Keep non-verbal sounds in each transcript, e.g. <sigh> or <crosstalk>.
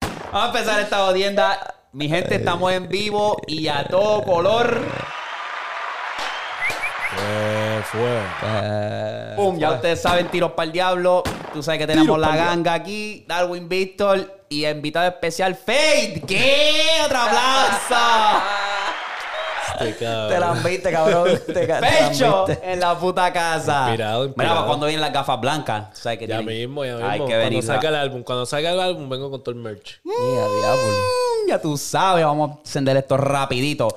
Vamos a empezar esta jodienda. Mi gente, estamos en vivo y a todo color. ¿Qué Eh, fue? Eh, Pum, ya ustedes saben, tiros para el diablo. Tú sabes que tenemos la ganga aquí. Darwin Víctor y invitado especial, Fade. ¿Qué? ¡Otra aplauso! Este Te cabrón. las viste, <laughs> cabrón. Te, te las ¡Pecho viste. en la puta casa! Inspirado, Mira, inspirado. para cuando vienen las gafas blancas. ¿Sabes que Ya tienen- mismo, ya Hay mismo. que Cuando venir. salga el álbum, cuando salga el álbum, vengo con todo el merch. Mira, diablo. Mm, Ya tú sabes, vamos a encender esto rapidito.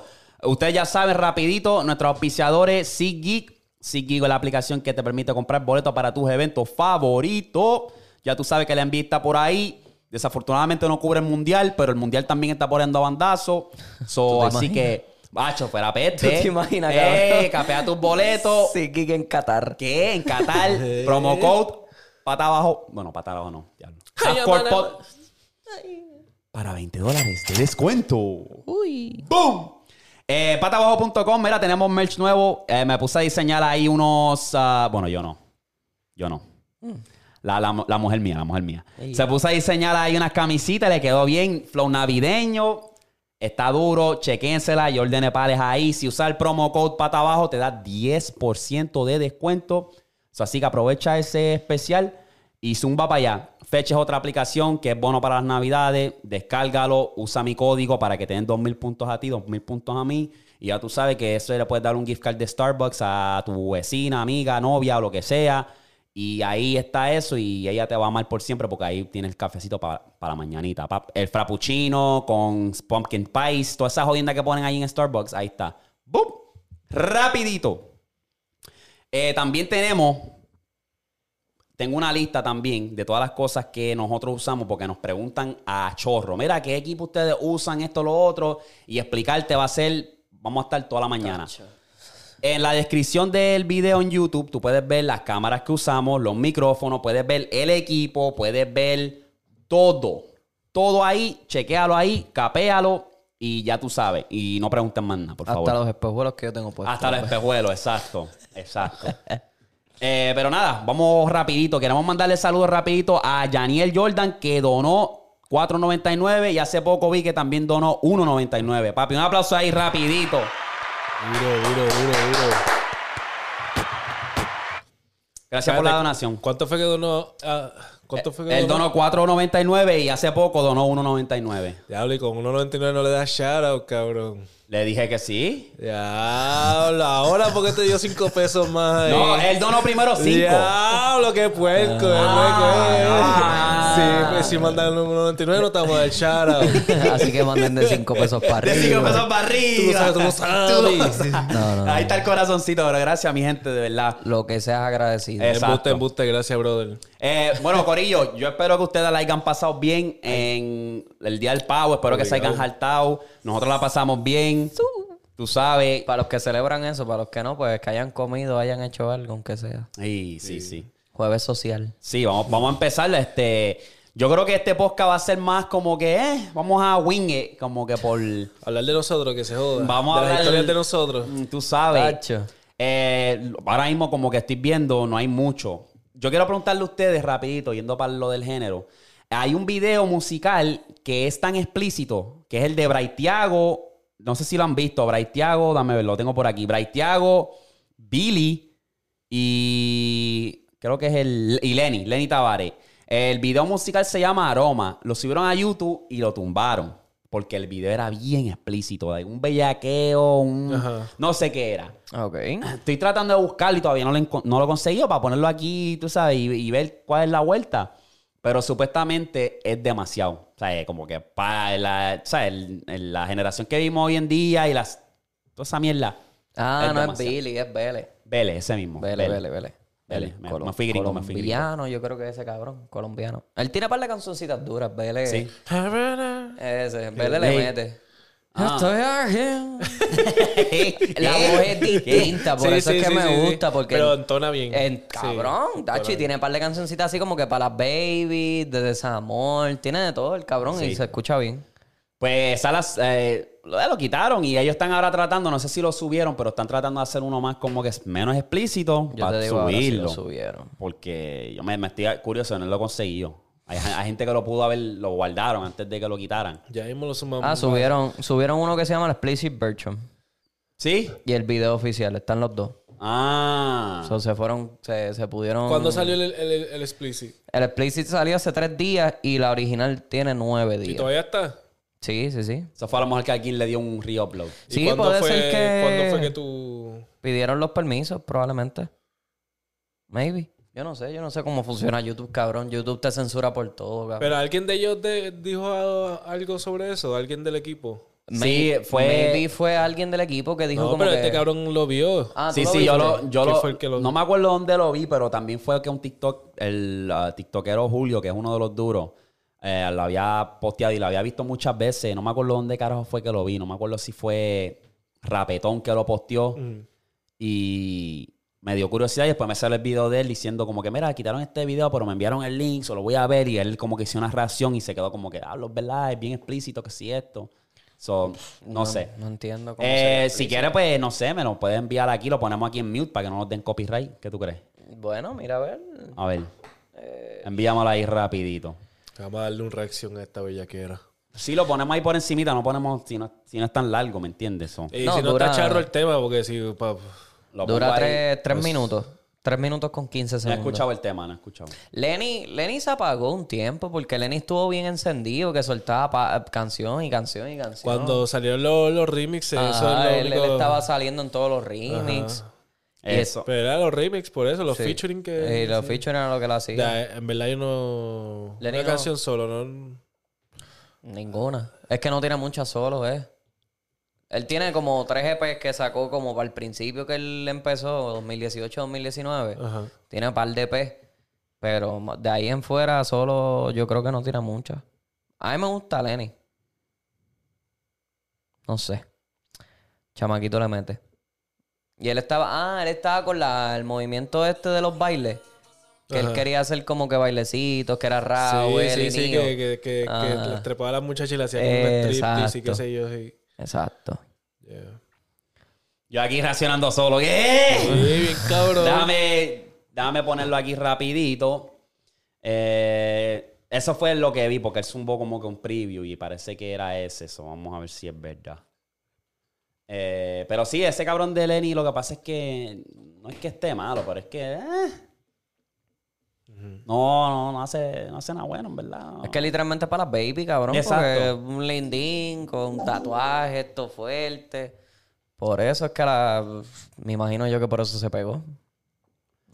Ustedes ya saben, rapidito, nuestros auspiciadores, SeatGeek. SeatGeek es la aplicación que te permite comprar boletos para tus eventos favoritos. Ya tú sabes que la NBA está por ahí. Desafortunadamente no cubre el Mundial, pero el Mundial también está poniendo a <laughs> bandazo. So, así que, bacho, fuera peste. ¿Tú te imaginas, Eh, cabrón? capea tus boletos. <laughs> Sí, Kike en Qatar. ¿Qué? En Qatar, promo code, pata abajo. Bueno, pata abajo no. diablo. Ay, Hardcore amana. Pod. Para 20 dólares de descuento. Uy. ¡Boom! Eh, patabajo.com, mira, tenemos merch nuevo. Eh, me puse a diseñar ahí unos. ah, bueno, yo no. Yo no. La, la- la mujer mía, la mujer mía. Ey. Se puso a diseñar ahí unas camisitas, le quedó bien. Flow navideño. Está duro, chequénsela y ordene pares ahí. Si usas el promo code pata abajo, te da 10% de descuento. So, así que aprovecha ese especial y zumba para allá. Fecha es otra aplicación que es bueno para las navidades. Descárgalo, usa mi código para que te den 2.000 puntos a ti, 2.000 puntos a mí. Y ya tú sabes que eso le puedes dar un gift card de Starbucks a tu vecina, amiga, novia o lo que sea. Y ahí está eso y ella te va a amar por siempre porque ahí tienes el cafecito para, para mañanita. pap. El frappuccino con pumpkin pies, todas esas jodiendas que ponen ahí en Starbucks, ahí está. ¡Bum! Rapidito. Eh, también tenemos, tengo una lista también de todas las cosas que nosotros usamos porque nos preguntan a chorro. Mira, ¿qué equipo ustedes usan esto, lo otro? Y explicarte va a ser, vamos a estar toda la mañana. En la descripción del video en YouTube, tú puedes ver las cámaras que usamos, los micrófonos, puedes ver el equipo, puedes ver todo. Todo ahí, chequéalo ahí, capéalo y ya tú sabes. Y no pregunten más nada, por favor. Hasta los espejuelos que yo tengo puestos. pues. Hasta los espejuelos, exacto. Exacto. Eh, pero nada, vamos rapidito. Queremos mandarle saludos rapidito a Janiel Jordan que donó 4.99 y hace poco vi que también donó 1.99. Papi, un aplauso ahí rapidito. Duro, duro, duro, duro. Gracias por la donación. Eh, ¿Cuánto fue que donó? ah, ¿Cuánto fue que Él donó 4.99 y hace poco donó 1.99. Diablo, y con 1.99 no le das shoutout, cabrón. Le dije que sí. Diablo, ahora porque te dio 5 pesos más ahí. No, él donó primero 5. Diablo, qué puerco. Ah. eh, güey. Sí, si mandan un 1.99 no estamos del shoutout. Así que manden de <laughs> 5 pesos para De arriba. 5 pesos para Tú no arriba. sabes, tú no sabes. Tú no- No, no, <laughs> no. Ahí está el corazoncito, pero gracias, mi gente, de verdad. Lo que seas agradecido. Eh. Exacto. Embuste, embuste, gracias, brother. Eh, bueno, Corillo, yo espero que ustedes la hayan pasado bien en el Día del Pavo. Espero que se hayan jaltado. Nosotros la pasamos bien. Tú sabes. Para los que celebran eso, para los que no, pues que hayan comido, hayan hecho algo, aunque sea. Y sí, sí. Jueves social. Sí, vamos, vamos a empezar. Este, yo creo que este podcast va a ser más como que, eh, vamos a wing it, como que por. Hablar de nosotros, que se joda. Vamos a de las hablar- historias de nosotros. Mm, Tú sabes. Tacho. Eh, ahora mismo, como que estoy viendo, no hay mucho. Yo quiero preguntarle a ustedes rapidito, yendo para lo del género. Hay un video musical que es tan explícito, que es el de Braithiago. No sé si lo han visto. Braithiago, dame verlo, lo tengo por aquí. Braithiago, Billy y creo que es el... Y Lenny, Lenny Tavares. El video musical se llama Aroma. Lo subieron a YouTube y lo tumbaron. Porque el video era bien explícito. de Un bellaqueo, un... Ajá. No sé qué era. Ok. Estoy tratando de buscarlo y todavía no lo, enco- no lo he conseguido para ponerlo aquí, tú sabes, y, y ver cuál es la vuelta. Pero supuestamente es demasiado. O sea, es como que para la, ¿sabes? El- el- la generación que vimos hoy en día y las. Toda esa mierda. Ah, Es no es demasiado. Billy, es Vele. Vele, ese mismo. Vele, Vele. Vele, Vele. Vele. Vele. Me- Colom- me fui gringo, me fui gringo. Colombiano, yo creo que ese cabrón, colombiano. Él tiene par de cancioncitas duras, Vele. Sí. Ese, Vele le Ey. mete. Ah. Estoy <laughs> aquí. La voz es distinta, por Sí, eso sí, es que sí, me sí, sí. gusta. Porque Pero entona bien. En- Sí, cabrón, Tacho, y tiene un par de cancioncitas así como que para las babies, de desamor, tiene de todo el cabrón Sí. y se escucha bien. Pues Salas eh, lo, lo quitaron y ellos están ahora tratando, no sé si lo subieron, pero están tratando de hacer uno más como que es menos explícito Yo para te digo, ahora sí subirlo. lo subieron. porque yo me, me estoy curioso, no lo he conseguido. Hay, hay gente que lo pudo haber, lo guardaron antes de que lo quitaran. Ya mismo lo sumamos. Ah, subieron, subieron uno que se llama el Explicit Version. ¿Sí? Y el video oficial, están los dos. Ah. So, se fueron, se, se pudieron. ¿Cuándo salió el, el, el- el explicit? El Explicit salió hace tres días y la original tiene nueve ¿Y días. todavía está? Sí, sí, sí. Eso fue a lo mejor que alguien le dio un re-upload. ¿Y Sí, cuándo puede fue, ser que- ¿Cuándo fue que tú...? Pidieron los permisos, probablemente. Maybe. Yo no sé, yo no sé cómo funciona YouTube, cabrón. YouTube te censura por todo, cabrón. ¿Pero alguien de ellos de- dijo a- algo sobre eso? ¿Alguien del equipo? Sí, fue- Maybe fue alguien del equipo que dijo No, como pero que... este cabrón lo vio. Ah, ¿tú sí, lo sí, viste? yo lo, yo ¿Quién lo- fue el que lo- No me acuerdo dónde lo vi, pero también fue que un TikTok, el ah, TikTokero Julio, que es uno de los duros, eh, lo había posteado y lo había visto muchas veces. No me acuerdo dónde carajo fue que lo vi. No me acuerdo si fue Rapetón que lo posteó. Mm. Y me dio curiosidad y después me sale el video de él diciendo como que, mira, quitaron este video, pero me enviaron el link, solo voy a ver. Y él como que hizo una reacción y se quedó como que, ah, lo es verdad, es bien explícito que sí esto. So, no sé. No entiendo cómo Eh, si quieres, pues no sé, me lo puedes enviar aquí, lo ponemos aquí en mute para que no nos den copyright. ¿Qué tú crees? se... Bueno, mira, a ver. A ver. Enviámoslo ahí rapidito. Vamos a darle una reacción a esta bellaquera. Si lo ponemos ahí por encimita, no ponemos, si no, si no es tan largo, ¿me entiendes? So, Y No, si no dura- está charro el tema, porque si... pa- lo pongo Eh, Dura ahí. tres, pues, tres minutos. Tres minutos con 15 No he segundos. escuchado el tema, no he escuchado. Lenny, Lenny se apagó un tiempo porque Lenny estuvo bien encendido, que soltaba pa- canción y canción y canción. Cuando salieron los, los remixes, Ajá, eso es lo Ah, él, él único- estaba saliendo en todos los remix. Y Eso. Pero era los remixes, por eso, los Sí. Eh, featuring que... Y los featuring era lo que lo hacía. Ya, en verdad yo no... Lenny una no. canción solo, ¿no? Ninguna. Es que no tiene muchas solos, eh. Él tiene como tres EPs que sacó como para el principio que él empezó, 2018-2019. Ajá. Tiene un par de EPs. Pero ma- de ahí en fuera solo yo creo que no tiene muchas. A mí me gusta Lenny. No sé. Chamaquito le mete. Y él estaba, ah, él estaba con la, el movimiento este de los bailes. Que él Ajá. quería hacer como que bailecitos, que era Raúl, sí, sí, sí, que, que, que, que Ajá. las trepaba a las muchachas y le hacían un striptease y Exacto. qué sé yo. sí. Exacto. Yeah. Yo aquí reaccionando solo. <laughs> ¡Eh! Sí, bien cabrón. Déjame, déjame ponerlo aquí rapidito. Eh, eso fue lo que vi, porque él zumbó como que un preview y parece que era ese. Eso vamos a ver si es verdad. Eh, pero sí, ese cabrón de Lenny, lo que pasa es que no es que esté malo, pero es que. eh. No, no, no hace, no hace nada bueno, en verdad. Es que literalmente es para las baby, cabrón. Porque Exacto. es un lindín con un tatuaje, esto fuerte. Por eso es que la. Me imagino yo que por eso se pegó.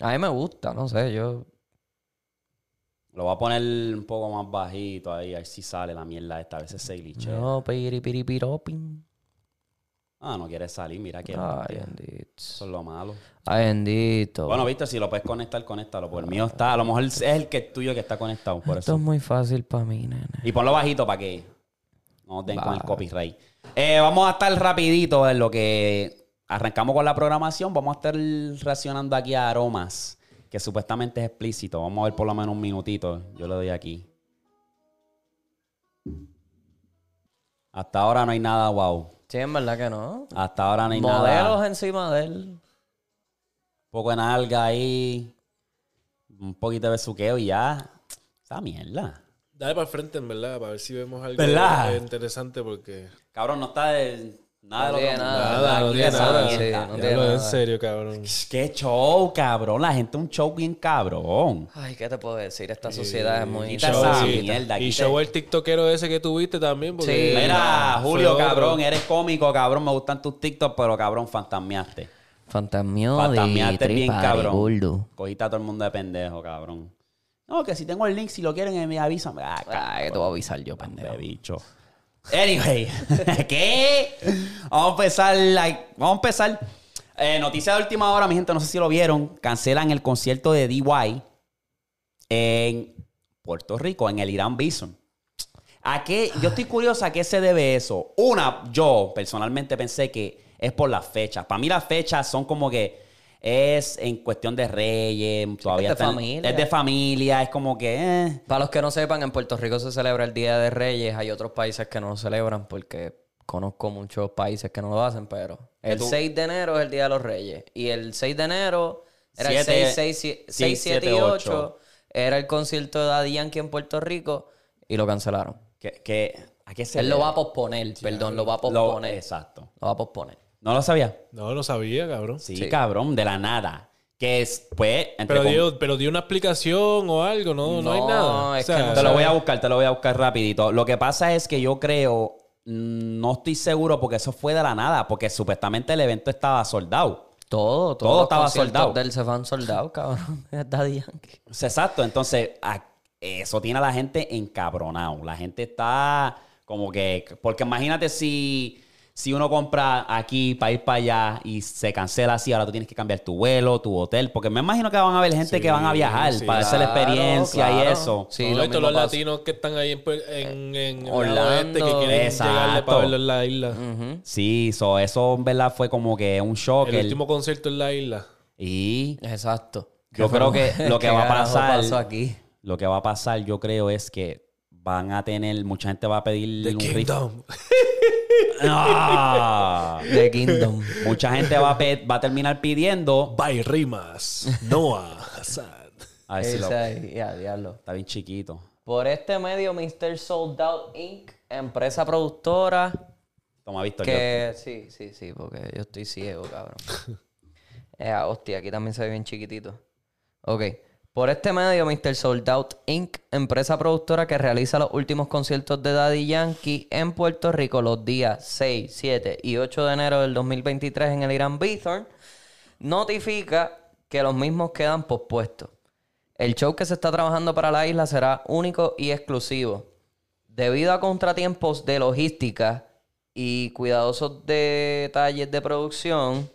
A mí me gusta, no sé, yo. Lo voy a poner un poco más bajito ahí, a ver si sale la mierda esta. A veces se glitchea. No, piri, piri, piropin. Ah, no quiere salir, mira que. Ay, bendito. Eso es lo malo. Ay, bendito. Bueno, viste, si lo puedes conectar, conéctalo. Por el mío está. A lo mejor es el que tuyo que está conectado. Por esto eso. es muy fácil para mí, nene. Y ponlo bajito para que no den con el copyright. Eh, vamos a estar rapidito en lo que arrancamos con la programación. Vamos a estar reaccionando aquí a aromas, que supuestamente es explícito. Vamos a ver por lo menos un minutito. Yo le doy aquí. Hasta ahora no hay nada wow. Sí, en verdad que no. Hasta ahora no hay nada. Modelos encima de él. poco de nalga ahí, un poquito de besuqueo y ya. Esa mierda. Dale para el frente, en verdad, para ver si vemos algo ¿Verdad? eh, interesante porque... Cabrón, no está de nada de No lo tiene que- nada. Nada, no aquí tiene esa nada. mierda, Sí, no ya tiene lo de en nada. serio, cabrón. Qué show, cabrón. La gente un show bien cabrón. Ay, ¿qué te puedo decir? Esta sociedad es muy. Quita esa y- mierda, Y quita- show el tiktokero ese que tuviste también porque... Sí. Mira, Julio, fue otro. cabrón, eres cómico, cabrón. Me gustan tus TikTok, pero cabrón, fantasmeaste. Fantasmió Fantasmeaste de bien, tripa de cabrón. gordo. Cogiste a todo el mundo de pendejo, cabrón. No, que si tengo el link, si lo quieren, eh, me avisan. Ah, Ay, que te voy a avisar yo, De pendejo. bicho. Anyway, <laughs> ¿qué? Vamos a empezar. like, vamos a empezar. Eh, noticia de última hora, mi gente, no sé si lo vieron. Cancelan el concierto de DY en Puerto Rico, en el Irán Bison. ¿A qué? Yo estoy curioso a qué se debe eso. Una, yo personalmente pensé que es por las fechas. Para mí las fechas son como que es en cuestión de reyes, todavía de están- familia. es de familia, es como que... eh. Para los que no sepan, en Puerto Rico se celebra el Día de Reyes. Hay otros países que no lo celebran porque conozco muchos países que no lo hacen, pero el tú- 6 de enero es el Día de los Reyes. Y el 6 de enero era Siete, el 6, 6, sí, 6, 7 y siete, 8. ocho. Era el concierto de Daddy Yankee en Puerto Rico y lo cancelaron. Que, que- ¿A qué se Él lo debe? va a posponer, perdón, lo va a Lo- posponer. Lo, Exacto. va a posponer. ¿No lo sabía? No, lo sabía, cabrón. Sí, Sí. cabrón, de la nada. Que es, pues, entre Pero com- dio, pero dio una explicación o algo, no, no, hay No, nada. es Te que no lo voy a buscar, te lo voy a buscar rapidito. Lo que pasa es que yo creo, mm, no estoy seguro porque eso fue de la nada, porque supuestamente el evento estaba soldado. Todo, todos Todo los estaba conciertos soldado. de él se van soldado, <laughs> cabrón. Es Daddy Yankee. O sea, Exacto, entonces a- eso tiene a la gente encabronado. La gente está como que, porque imagínate si, si uno compra aquí para ir para allá y se cancela así, ahora tú tienes que cambiar tu vuelo, tu hotel, porque me imagino que van a haber gente Sí, que van a viajar sí, para hacer la claro, experiencia claro. y eso. Sí, No, lo y todos mismo los pasa. latinos que están ahí en, pues, en, en el Orlando. Mm. lado este que quieren Exacto. llegarle para verlo en la isla. Ujú. Sí, so, eso en verdad fue como que un shock. El el- último concierto en la isla. Y Exacto. Yo creo que lo <laughs> que va a ¿Qué carajo pasar- pasó aquí? lo que va a pasar, yo creo, es que van a tener, mucha gente va a pedir The un refund. Kingdom. <laughs> ¡Ah! The Kingdom. Mucha gente va a, pe- va a terminar pidiendo. By <laughs> Rimas. Noah Hassan. A ver si lo- Esa es- ya, diablo. Está bien chiquito. Por este medio, Mr. Sold Out Inc., empresa productora Toma, visto que... Sí, sí, sí, porque yo estoy ciego, cabrón. <laughs> Eh, hostia, aquí también se ve bien chiquitito. Ok. Por este medio, Mr. Sold Out Inc., empresa productora que realiza los últimos conciertos de Daddy Yankee en Puerto Rico los días 6, 7 y 8 de enero del 2023 en el Irán Bithorn, notifica que los mismos quedan pospuestos. El show que se está trabajando para la isla será único y exclusivo. Debido a contratiempos de logística y cuidadosos detalles de producción,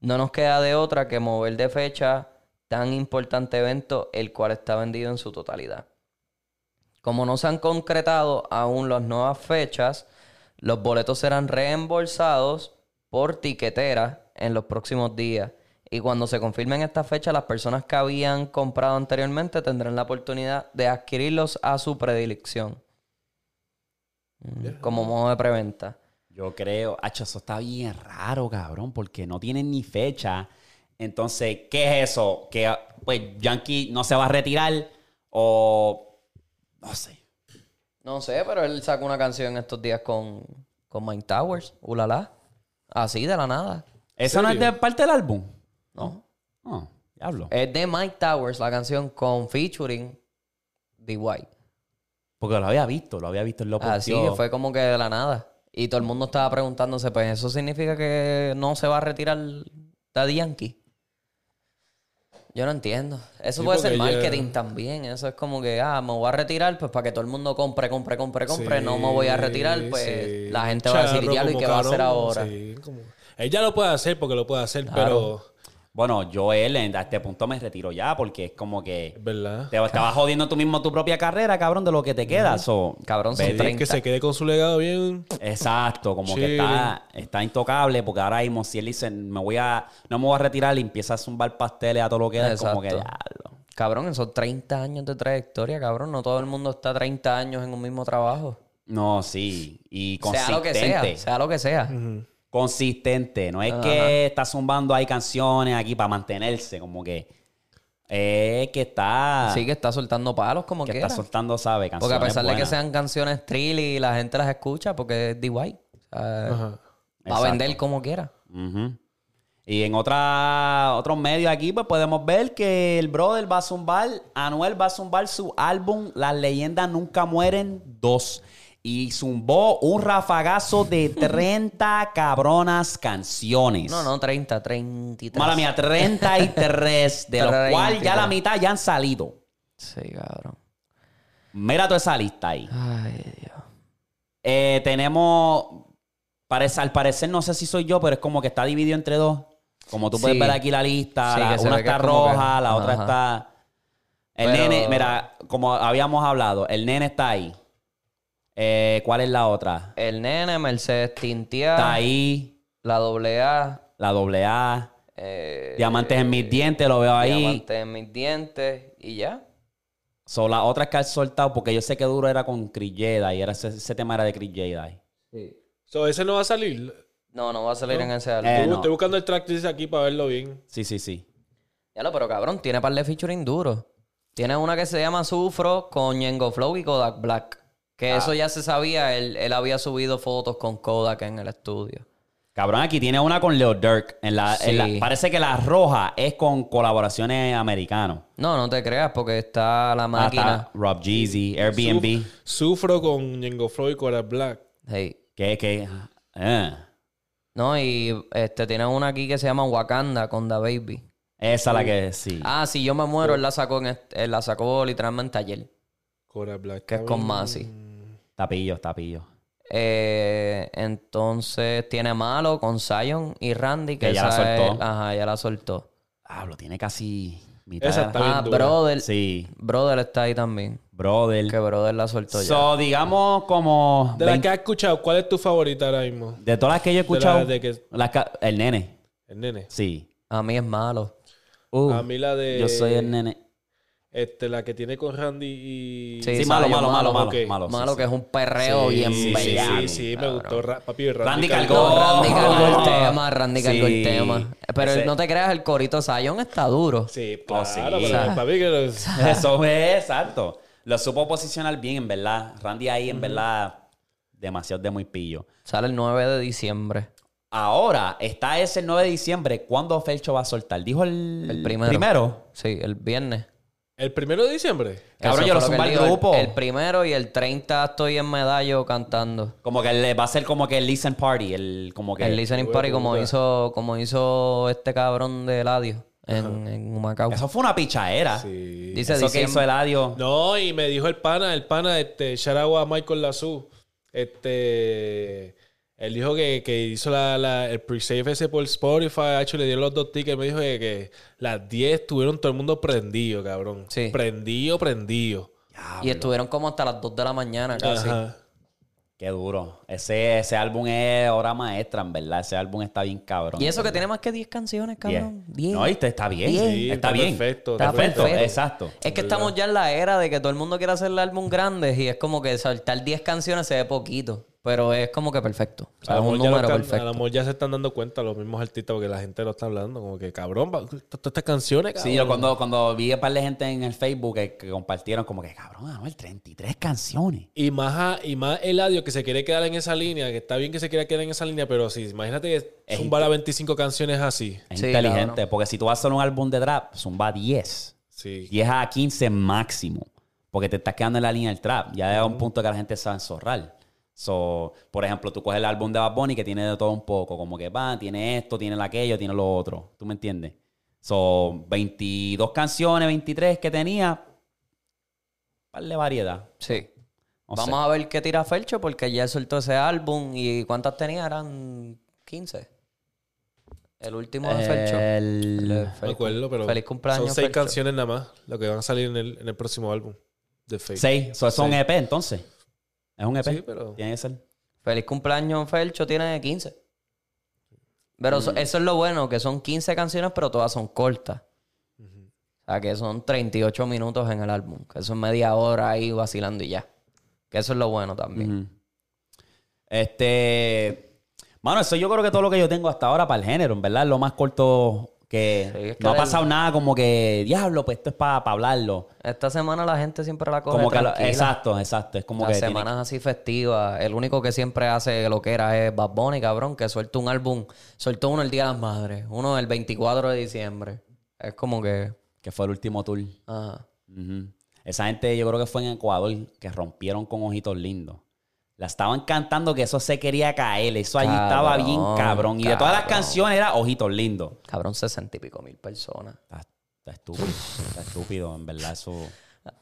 no nos queda de otra que mover de fecha tan importante evento, el cual está vendido en su totalidad. Como no se han concretado aún las nuevas fechas, los boletos serán reembolsados por tiquetera en los próximos días. Y cuando se confirmen estas fechas, las personas que habían comprado anteriormente tendrán la oportunidad de adquirirlos a su predilección. Mm, Como modo de preventa. yo. Yo creo. Hacho, eso está bien raro, cabrón, porque no tienen ni fecha. Entonces, ¿qué es eso? Que pues Yankee no se va a retirar o. No sé. No sé, pero él sacó una canción estos días con, con Mike Towers, Ulala. Así de la nada. ¿Eso no es de parte del álbum? No. No, diablo. Es de Mike Towers la canción con featuring The White. Porque lo había visto, lo había visto en lo Así posteó. que Ah, fue como que de la nada. Y todo el mundo estaba preguntándose, pues eso significa que no se va a retirar Daddy Yankee. Yo no entiendo. Eso Sí, puede ser porque ya- marketing también. Eso es como que, ah, me voy a retirar, pues para que todo el mundo compre, compre, compre, compre. no me voy a retirar, Sí, pues sí. la gente va a decir, Charro ya lo y como qué va a hacer cabrón, ahora. sí, como- Ella lo puede hacer porque lo puede hacer, Bueno, yo él en- a este punto me retiro ya porque es como que pero. ¿Verdad? te, te vas jodiendo tú mismo tu propia carrera, cabrón, de lo que te queda. So, Cabrón, son Ve- Es que 30. se quede con su legado bien. Exacto, como que está, está intocable porque ahora mismo si él dice me voy a, no me voy a retirar y empieza a zumbar pasteles a todo lo que da, es como que Exacto. diablo. Cabrón, son 30 años de trayectoria, cabrón. No todo el mundo está 30 años en un mismo trabajo. No, sí. Y Sea lo que consistente. sea, sea lo que sea. Consistente. No es que está zumbando ahí canciones aquí para mantenerse, como que es que está, Sí que está soltando palos como que quiera. está soltando, sabe, canciones. Porque a pesar de que buenas. sean canciones trill y la gente las escucha porque es DY. O sea, Ajá. va a vender como quiera. Ujú. Y en otra, otros medios aquí, pues podemos ver que el brother va a zumbar, Anuel va a zumbar su álbum Las leyendas nunca mueren 2. Y zumbó un rafagazo <laughs> de 30 cabronas canciones. No, no, 30, 33. Mala mía, 33, de los cuales ya la 33. mitad ya han salido. Sí, cabrón. Mira toda esa lista ahí. Ay, Dios. Eh, tenemos, parece, al parecer, no sé si soy yo, pero es como que está dividido entre dos. Como tú puedes Sí. ver aquí la lista, Sí, la- que se una ve que está es como que- roja, la otra ajá. está... El Pero- nene, mira, como habíamos hablado, el nene está ahí. Eh, ¿Cuál es la otra? El nene, Mercedes Está Tintia, ahí, la doble A, la doble A, eh, diamantes en mis dientes, lo veo ahí. Diamante en mis dientes y ya. Son las otras que has soltado, porque yo sé que duro era con Chris Jedi, era ese, ese tema era de Chris Jedi. So, ese no va a salir. No, no va a salir en ese álbum. Eh, Estoy- no. Estoy buscando el track list aquí para verlo bien. Sí, sí, sí. Ya lo, pero cabrón, tiene par de featuring duro. Tienes una que se llama Sufro con Yengo Flow y Kodak Black. Que eso ya se sabía, él, él había subido fotos con Kodak en el estudio. Cabrón, aquí tiene una con Leo Dirk. En la, en la- Sí. parece que la roja es con colaboraciones americanos. No, no te creas, porque está la máquina. Hasta Rob Jeezy, Airbnb. Suf- sufro con Django Floyd y Cora Black. Sí. Que, que. eh. No, y este, tiene una aquí que se llama Wakanda con Da Baby. Esa es la que sí. Ah, si yo me muero, él la sacó, en est- él la sacó literalmente ayer. Cora Black. Que es con Masi. Tapillo, tapillo. Eh, entonces tiene a Malo con Zion y Randy. Que, Que ya la esa es- soltó. ajá, ya la soltó. Ah, lo tiene casi mitad. Esa de la- Está bien ah, dura. Brother. Sí, Brother está ahí también. brother. Que Brother la soltó ya. So, digamos como. De las 20 que has escuchado, ¿cuál es tu favorita ahora mismo? de todas las que yo he escuchado. de que- las ca- el nene. El nene. Sí. A mí es malo. Uh, a mí la de. yo soy el nene. Este, la que tiene con Randy y. Sí, Sí, malo, Zion, malo, malo, malo, malo. ok. Malo, sí, malo sí. que es un perreo Sí, bien sí, bellaco, Sí, sí, me cabrón. gustó. Ra- Papi, Randy Randy, cargó. No, Randy Oh. cargó el tema, Randy cargó Sí. el tema. Pero Ese- no te creas, el corito Zion está duro. Sí, claro, Oh, sí. pero papi que lo- <laughs> Eso es, exacto. Lo supo posicionar bien, en verdad. Randy ahí, en verdad, demasiado de muy pillo. Sale el 9 de diciembre. Ahora, está ese el 9 de diciembre. ¿Cuándo Felcho va a soltar? Dijo el, El primero. Sí, el viernes. El primero de diciembre. Cabrón, Eso yo lo fue que zumba él al dijo. El- grupo. El, primero y el 30 estoy en medallo cantando. Como que le va a ser como que el listen party. El, como que, El listening party como hizo, como hizo este cabrón de Eladio en, en Macao. Eso fue una pichadera. Sí. Dice Eso que hizo diciembre. el adiós. No, y me dijo el pana, el pana, este, Sharagua Michael Lazú. Este. Él dijo que, que hizo la, la- el pre-save ese por Spotify, hecho, le dieron los dos tickets. Me dijo que, que las 10 estuvieron todo el mundo prendido, cabrón. Sí. Prendido, prendido. Ah, Y estuvieron como hasta las 2 de la mañana casi. Ajá. Qué duro. Ese, ese álbum es obra maestra, en verdad. Ese álbum está bien cabrón. Y eso que tiene más que 10 canciones, Diez. cabrón. 10. No, y te- está bien. Diez. Sí, está, está bien. perfecto, Está está perfecto. perfecto. Exacto. Es que estamos ya en la era de que todo el mundo quiere hacer el álbum grande y es como que saltar 10 canciones se ve poquito, pero es como que perfecto. O sea, A es lo un mejor ya lo número están- perfecto. A lo mejor ya se están dando cuenta los mismos artistas porque la gente lo está hablando. Como que, cabrón, va- to- todas estas canciones, cabrón. Sí, yo cuando, cuando vi a par de gente en el Facebook que, que compartieron como que, cabrón, Anuel, 33 canciones. Y más, a- y más Eladio que se quiere quedar en esa línea, que está bien que se quiera quedar en esa línea, pero sí, imagínate que Es zumbar a 25 canciones así. Es Sí, inteligente, cabrón. porque si tú vas a hacer un álbum de trap, zumba 10. Sí. 10 a 15 máximo. Porque te estás quedando en la línea del trap. Ya llega un punto que la gente sabe zorrar. So, por ejemplo, tú coges el álbum de Bad Bunny que tiene de todo un poco. Como que va, tiene esto, tiene lo aquello, tiene lo otro. ¿Tú me entiendes? Son 22 canciones, 23 que tenía. Vale variedad. Sí. No Vamos a ver qué tira Felcho porque ya él soltó ese álbum y ¿cuántas tenía? Eran 15. El último de Felcho. Eh, El- Le- No me Feliz, acuerdo, pero feliz cumpleaños. son seis Fercho. canciones nada más, lo que van a salir en el, en el próximo álbum de Fake. Seis. So, son Seis. EP E entonces. Es un EP. Sí, pero... Tiene que ser. Feliz cumpleaños, Felcho tiene 15. Pero Mm. so- eso es lo bueno, que son 15 canciones, pero todas son cortas. O sea, que son 38 minutos en el álbum. Que son media hora ahí vacilando y ya. Que eso es lo bueno también. Ujú. Este. Mano, eso yo creo que todo lo que yo tengo hasta ahora para el género, en verdad, es lo más corto que. Sí, es que no ha del- pasado nada como que, diablo, pues esto es para hablarlo. Esta semana la gente siempre la coge Como que lo- tranquila. exacto, exacto. Es como Las que. tiene- semanas así festivas. El único que siempre hace lo que era es Bad Bunny, cabrón, que suelta un álbum. Soltó uno el Día de las Madres. Uno el 24 de diciembre. Es como que... ah, que fue el último tour. ajá. Ujú. Esa gente, yo creo que fue en Ecuador, que rompieron con ojitos lindos. La estaban cantando que eso se quería caer. Eso allí estaba bien Cabrón, cabrón. Y de todas las cabrón. canciones era ojitos lindos. Cabrón, sesenta y pico mil personas. Está, está estúpido. está estúpido, en verdad. Eso.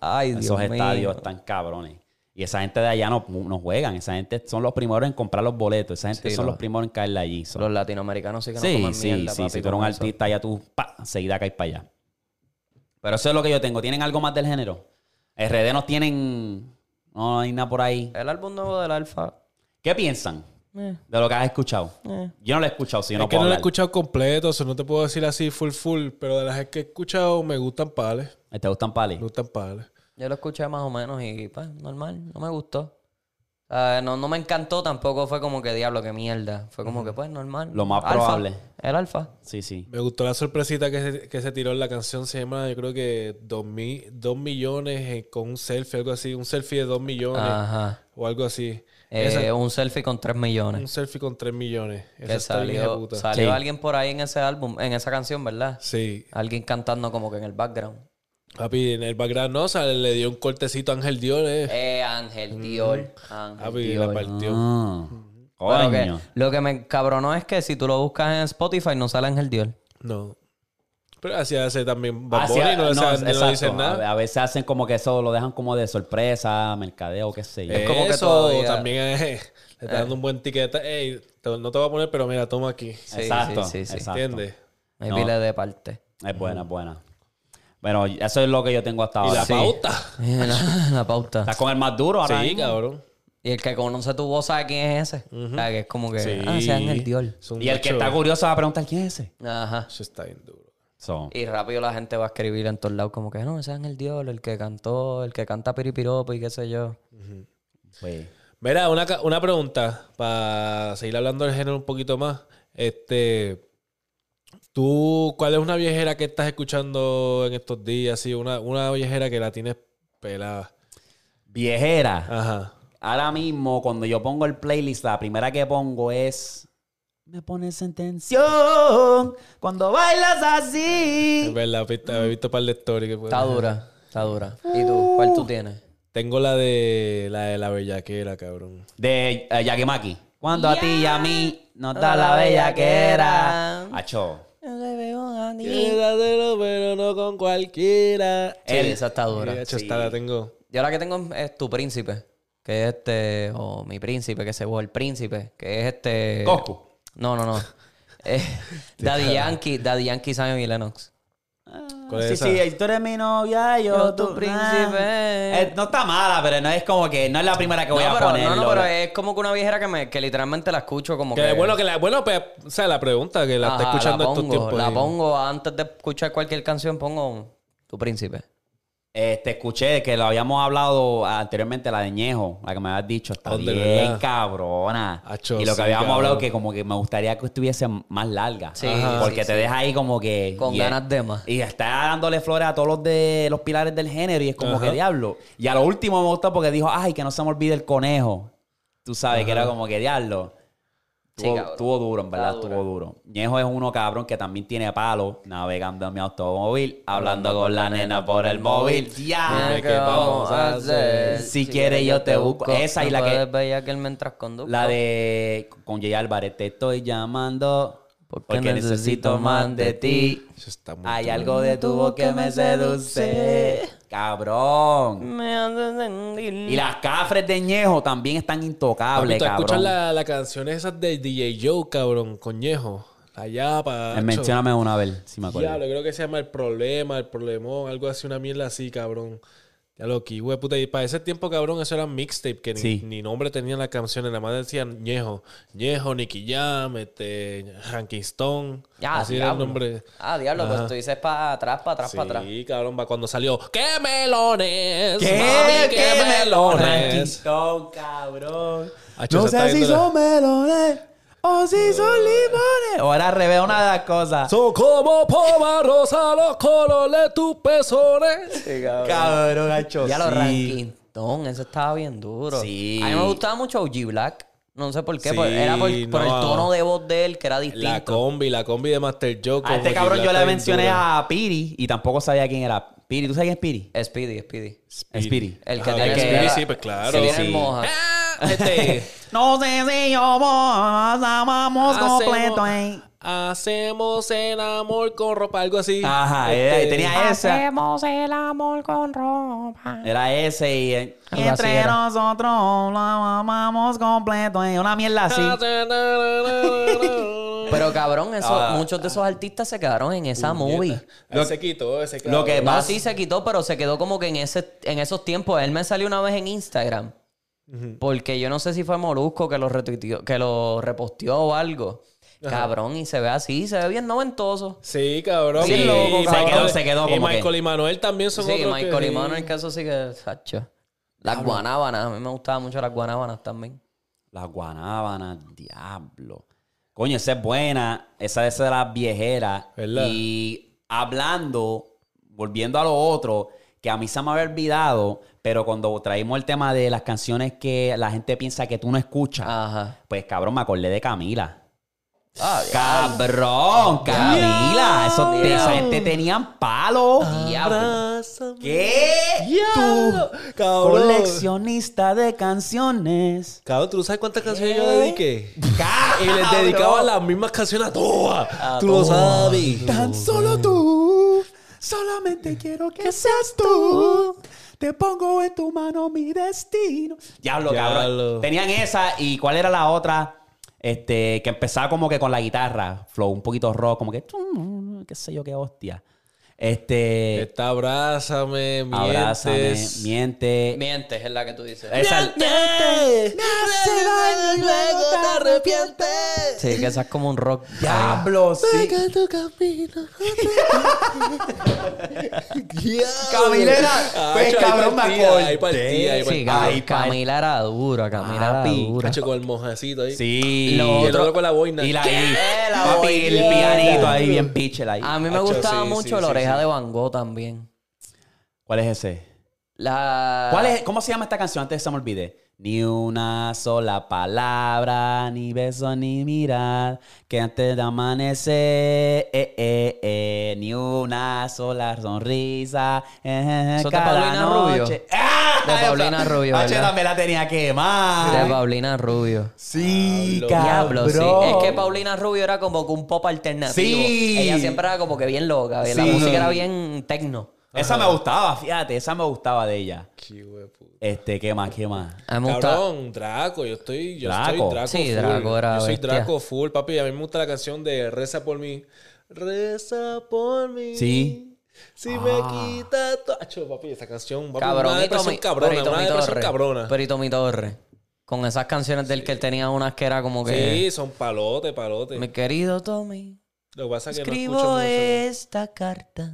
Ay, Dios Esos mío. estadios están cabrones. Y esa gente de allá no, no juegan. Esa gente son los primeros en comprar los boletos. Esa gente Sí, son lo- los primeros en caerle allí. So- Los latinoamericanos sí que no sí, comen sí, mierda, sí. papi, Si tú eres con un eso. artista, ya tú, pa, seguida caes para allá. Pero eso es lo que yo tengo. ¿Tienen algo más del género? RD nos tienen... No hay nada por ahí. El álbum nuevo del Alfa. ¿Qué piensan eh, de lo que has escuchado? eh. Yo no lo he escuchado, si yo es no que puedo no lo he hablar. escuchado completo, eso no te puedo decir así full full, pero de las que he escuchado me gustan pales, ¿Te gustan pali? me gustan pales. Yo lo escuché más o menos y pues normal, no me gustó. O Ah, no, no me encantó tampoco, fue como que diablo, que mierda. Fue como que pues normal. Lo más Alfa. probable. El alfa. Sí, sí. Me gustó la sorpresita que se, que se tiró en la canción. Se llama, yo creo que 2 mi, dos millones eh, con un selfie, algo así. Un selfie de 2 millones Ajá. o algo así. Eh, Esa- un selfie con 3 millones. un selfie con 3 millones. Esa Que está bien salió, puta. salió Sí. alguien por ahí en ese álbum, en esa canción, ¿verdad? Sí. Alguien cantando como que en el background. <laughs> Papi, en el background no, o sea, le dio un cortecito a Ángel Dior. eh. Eh, Ángel Dior. Mm. Ángel Papi, Dior. la partió. Ah, Pero que coño. lo que me cabronó es que si tú lo buscas en Spotify no sale Ángel Dior. No. Pero así hace también Bad Hacia- Bunny, no, le no, saben- no le exacto. dicen nada. A, a veces hacen como que eso lo dejan como de sorpresa, mercadeo, qué sé yo. Eh, como que Eso todavía- también es- le está dando un buen ticket. Ey, te- no te voy a poner, pero mira, toma aquí. sí, exacto, sí, sí, sí. exacto. ¿Entiendes? Hay No. pila de parte. <laughs> Es buena, es buena. Bueno, eso es lo que yo tengo hasta Y ahora. la Ah, Sí. pauta. La, la pauta. ¿Estás con el más duro ahora? Sí, mismo? cabrón. Y el que conoce tu voz sabe quién es ese. O sea, que es como que, ah, ese es Ángel Dior. Es un Y el que macho. está curioso va a preguntar quién es ese. Ajá. Eso está bien duro. So, Eh, Y rápido la gente va a escribir en todos lados como que, no, ese es Ángel Dior, el que cantó, el que canta piripiropo y qué sé yo. pues, Mira, una, ca- una pregunta para seguir hablando del género un poquito más. Este, tú, ¿cuál es una viejera que estás escuchando en estos días? Sí, una, una viejera que la tienes pelada. viejera. Ajá. Ahora mismo, cuando yo pongo el playlist, la primera que pongo es. Me pones en tensión cuando bailas Es así. verdad, he visto un par de stories. que pueden- Está dura, está dura. ¿Y tú? ¿Cuál tú tienes? Tengo la de la de la bellaquera, cabrón. De eh, Yakimaki. Cuando a ti y a mí nos da la bellaquera. Acho. Quédatelo, pero no con cualquiera. Sí, El- esa está dura. Mira, hecho, esta la tengo. Yo la que tengo es tu príncipe, que es este, o mi príncipe, que se o el príncipe, que es este. Goku. No, no, no. Eh, Daddy Yankee, Daddy Yankee, Simon y Lennox. ¿Cuál es sí, esa? sí, tú eres mi novia, yo, Yo tu tu príncipe. ah. Eh, no está mala, pero no es como que no es la primera que voy no, a pero, poner. no, no, Lola. pero es como que una viejera que, me, que literalmente la escucho como Que, que... bueno, que la, bueno, pues, o sea, la pregunta que la Ajá, está escuchando la estos pongo, tiempos. La y- pongo antes de escuchar cualquier canción, pongo Tu Príncipe. Eh, te escuché que lo habíamos hablado anteriormente, la de Ñejo, la que me habías dicho. Está Ah, de bien, verdad. cabrona. Acho, y lo que sí, habíamos cabrón. hablado que como que me gustaría que estuviese más larga. Sí, Ajá. porque sí, te sí. deja ahí como que... Con y- ganas de más. Y está dándole flores a todos los de los pilares del género y es como Ajá. que diablo. Y a lo último me gustó porque dijo, ay, que no se me olvide el conejo. Tú sabes que era como que diablo. Sí, Estuvo, cabrón. estuvo duro, en verdad, Está estuvo duro. Ñejo es uno cabrón que también tiene palo navegando en mi automóvil, hablando con la nena por el móvil. Ya, ¿qué vamos a hacer? Si quieres, yo te busco. Esa y la que- Veía que él mientras conduzco. La de con Jay Álvarez, te estoy llamando porque necesito más de ti. Eso está Ah, muy Hay duro. algo de tu voz que me seduce. Mm. Cabrón. Me hace sentir- Y las cafres de Ñejo también están Papi, intocables, tú escuchas cabrón. la, la canción esa de DJ Joe, cabrón, coñejo. Allá para. Eh, Mencióname una vez, si me acuerdo. Diablo, creo que se llama El Problema, El Problemón, algo así, una mierda así, cabrón. Ya lo que, güey, puta. Y para ese tiempo, cabrón, eso era mixtape, que ni, Sí. ni nombre tenían las canciones. Nada más decían Ñejo, Ñejo, Nicky Jam, este, Hanky Stone. Ya, así era el diablo. nombre. Ah, diablo, pues Ajá. tú dices para atrás, para atrás, para atrás. Sí, cabrón, va cuando salió. ¡Qué melones! ¿Qué? mami, ¿Qué melones? Ah, melones! Quintón, cabrón. Hacho, No se está sé si viendo la- son melones o si son limones. Ahora revés una de las cosas. Son como poma rosa los colores de tus pezones. Cabrón, gacho. Ya lo sí. ranquintón, eso estaba bien duro. Sí. A mí me gustaba mucho OG Black. No sé por qué, Sí, por- era por, por el no. tono de voz de él que era La distinto. combi, la combi de Master Joe. A este con cabrón yo Gilata le mencioné Ventura. a Piri y tampoco sabía quién era. Piri, ¿tú sabes quién es Piri? Speedy, Speedy. Speedy. El que Ajá, tiene Speedy, el- sí, pues claro. Se viene Sí, en sí. moja. Ah, este, No sé si yo vos amamos completo, ¿eh? hacemos, hacemos el amor con ropa, algo así. Ajá, era- Este, tenía ese. Hacemos el amor con ropa. Era ese y... eh, Algo así era. nosotros lo amamos completo, ¿eh? Una mierda Ah, así. Pues, Pero cabrón, eso, muchos de esos artistas se quedaron en esa movie. Lo, se quitó, ese Lo que cabrón. No, más... sí se quitó, pero se quedó como que en ese, en esos tiempos. Él me salió una vez en Instagram. Porque yo no sé si fue Molusco que lo retuiteó, que lo reposteó o algo. Cabrón, y se ve así, se ve bien noventoso. Sí, cabrón. Sí, Y- loco, y se quedó- Michael- se quedó Y como que- Michael y Manuel también son Sí, otros que- Michael y Mano en caso sí que. Sacho. Las guanábanas, a mí me gustaban mucho las guanábanas también. Las guanábanas, diablo. Coño, esa es buena. Esa es de las viejeras. ¿Verdad? Y hablando, volviendo a lo otro, que a mí se me había olvidado, pero cuando traímos el tema de las canciones que la gente piensa que tú no escuchas, Ah. Ajá. pues cabrón, me acordé de Camila. Ah, Cabrón, Camila. Eso, esa gente tenían palo. Diablo. ¿Qué? Diablo, Tú, cabrón. coleccionista de canciones. Cabrón, ¿tú no sabes cuántas canciones yo dediqué? Y les <laughs> Cabrón. dedicaba las mismas canciones a todas. Tú lo sabes. Tan solo tú, solamente quiero que seas tú. Te pongo en tu mano mi destino. Diablo, Diablo. cabrón. Tenían esa y ¿cuál era la otra? Este, que empezaba como que con la guitarra, flow un poquito rock, como que qué sé yo qué hostia. Este, Está abrázame, mientes. Abrázame, miente. Mientes es la que tú dices. Esa- luego te arrepientes. Sí, que esa es como un rock. Diablo, sí. tu camino. <laughs> Caminera. Pues, cabrón, me acordé. Ah, Ahí partía, pues, ahí partía. Sí, Cam- Ay, pa- Camila era dura, Camila era Papi, dura. Cacho, con el mojacito ahí. Sí. Lo Y el otro- otro con la boina. Y la y- La papi, el boina. pianito ahí, bien pichel ahí. A mí me Cacho, gustaba sí, mucho sí, la sí, oreja sí. de Van Gogh también. ¿Cuál es ese? La... ¿Cuál es, ¿Cómo se llama esta canción? Antes que se me olvide. Ni una sola palabra, ni beso, ni mirar, que antes de amanecer, eh, eh, eh, ni una sola sonrisa, eh, eh, ¿Eso es de cada Paulina Rubio? noche. ¡Ah! De Paulina Rubio, H, ¿verdad? también la tenía que De más. Paulina Rubio. Sí, Diablo, cabrón. sí. Es que Paulina Rubio era como que un pop alternativo. Sí. Ella siempre era como que bien loca. La Sí. música era bien tecno. Esa me gustaba, fíjate, esa me gustaba de ella. Qué hueputa. Este, ¿qué más? ¿Qué más? A mí me gustaba. Cabrón, Draco, yo estoy, yo Draco. estoy Draco Sí, full. Draco era yo soy bestia. Draco full, papi. A mí me gusta la canción de Reza por mí. Reza por mí. Sí. Si me quita todo. Acho, papi, esa canción, papi, Ah. Cabrón, una y depresión Tommy- cabrona, pero y una Tommy depresión Torres. cabrona. Pero y Tommy Torres. Con esas canciones del que él tenía unas que era como que. Sí, son palote, palote. Mi querido Tommy, Lo que pasa es que escribo no escucho mucho. esta carta.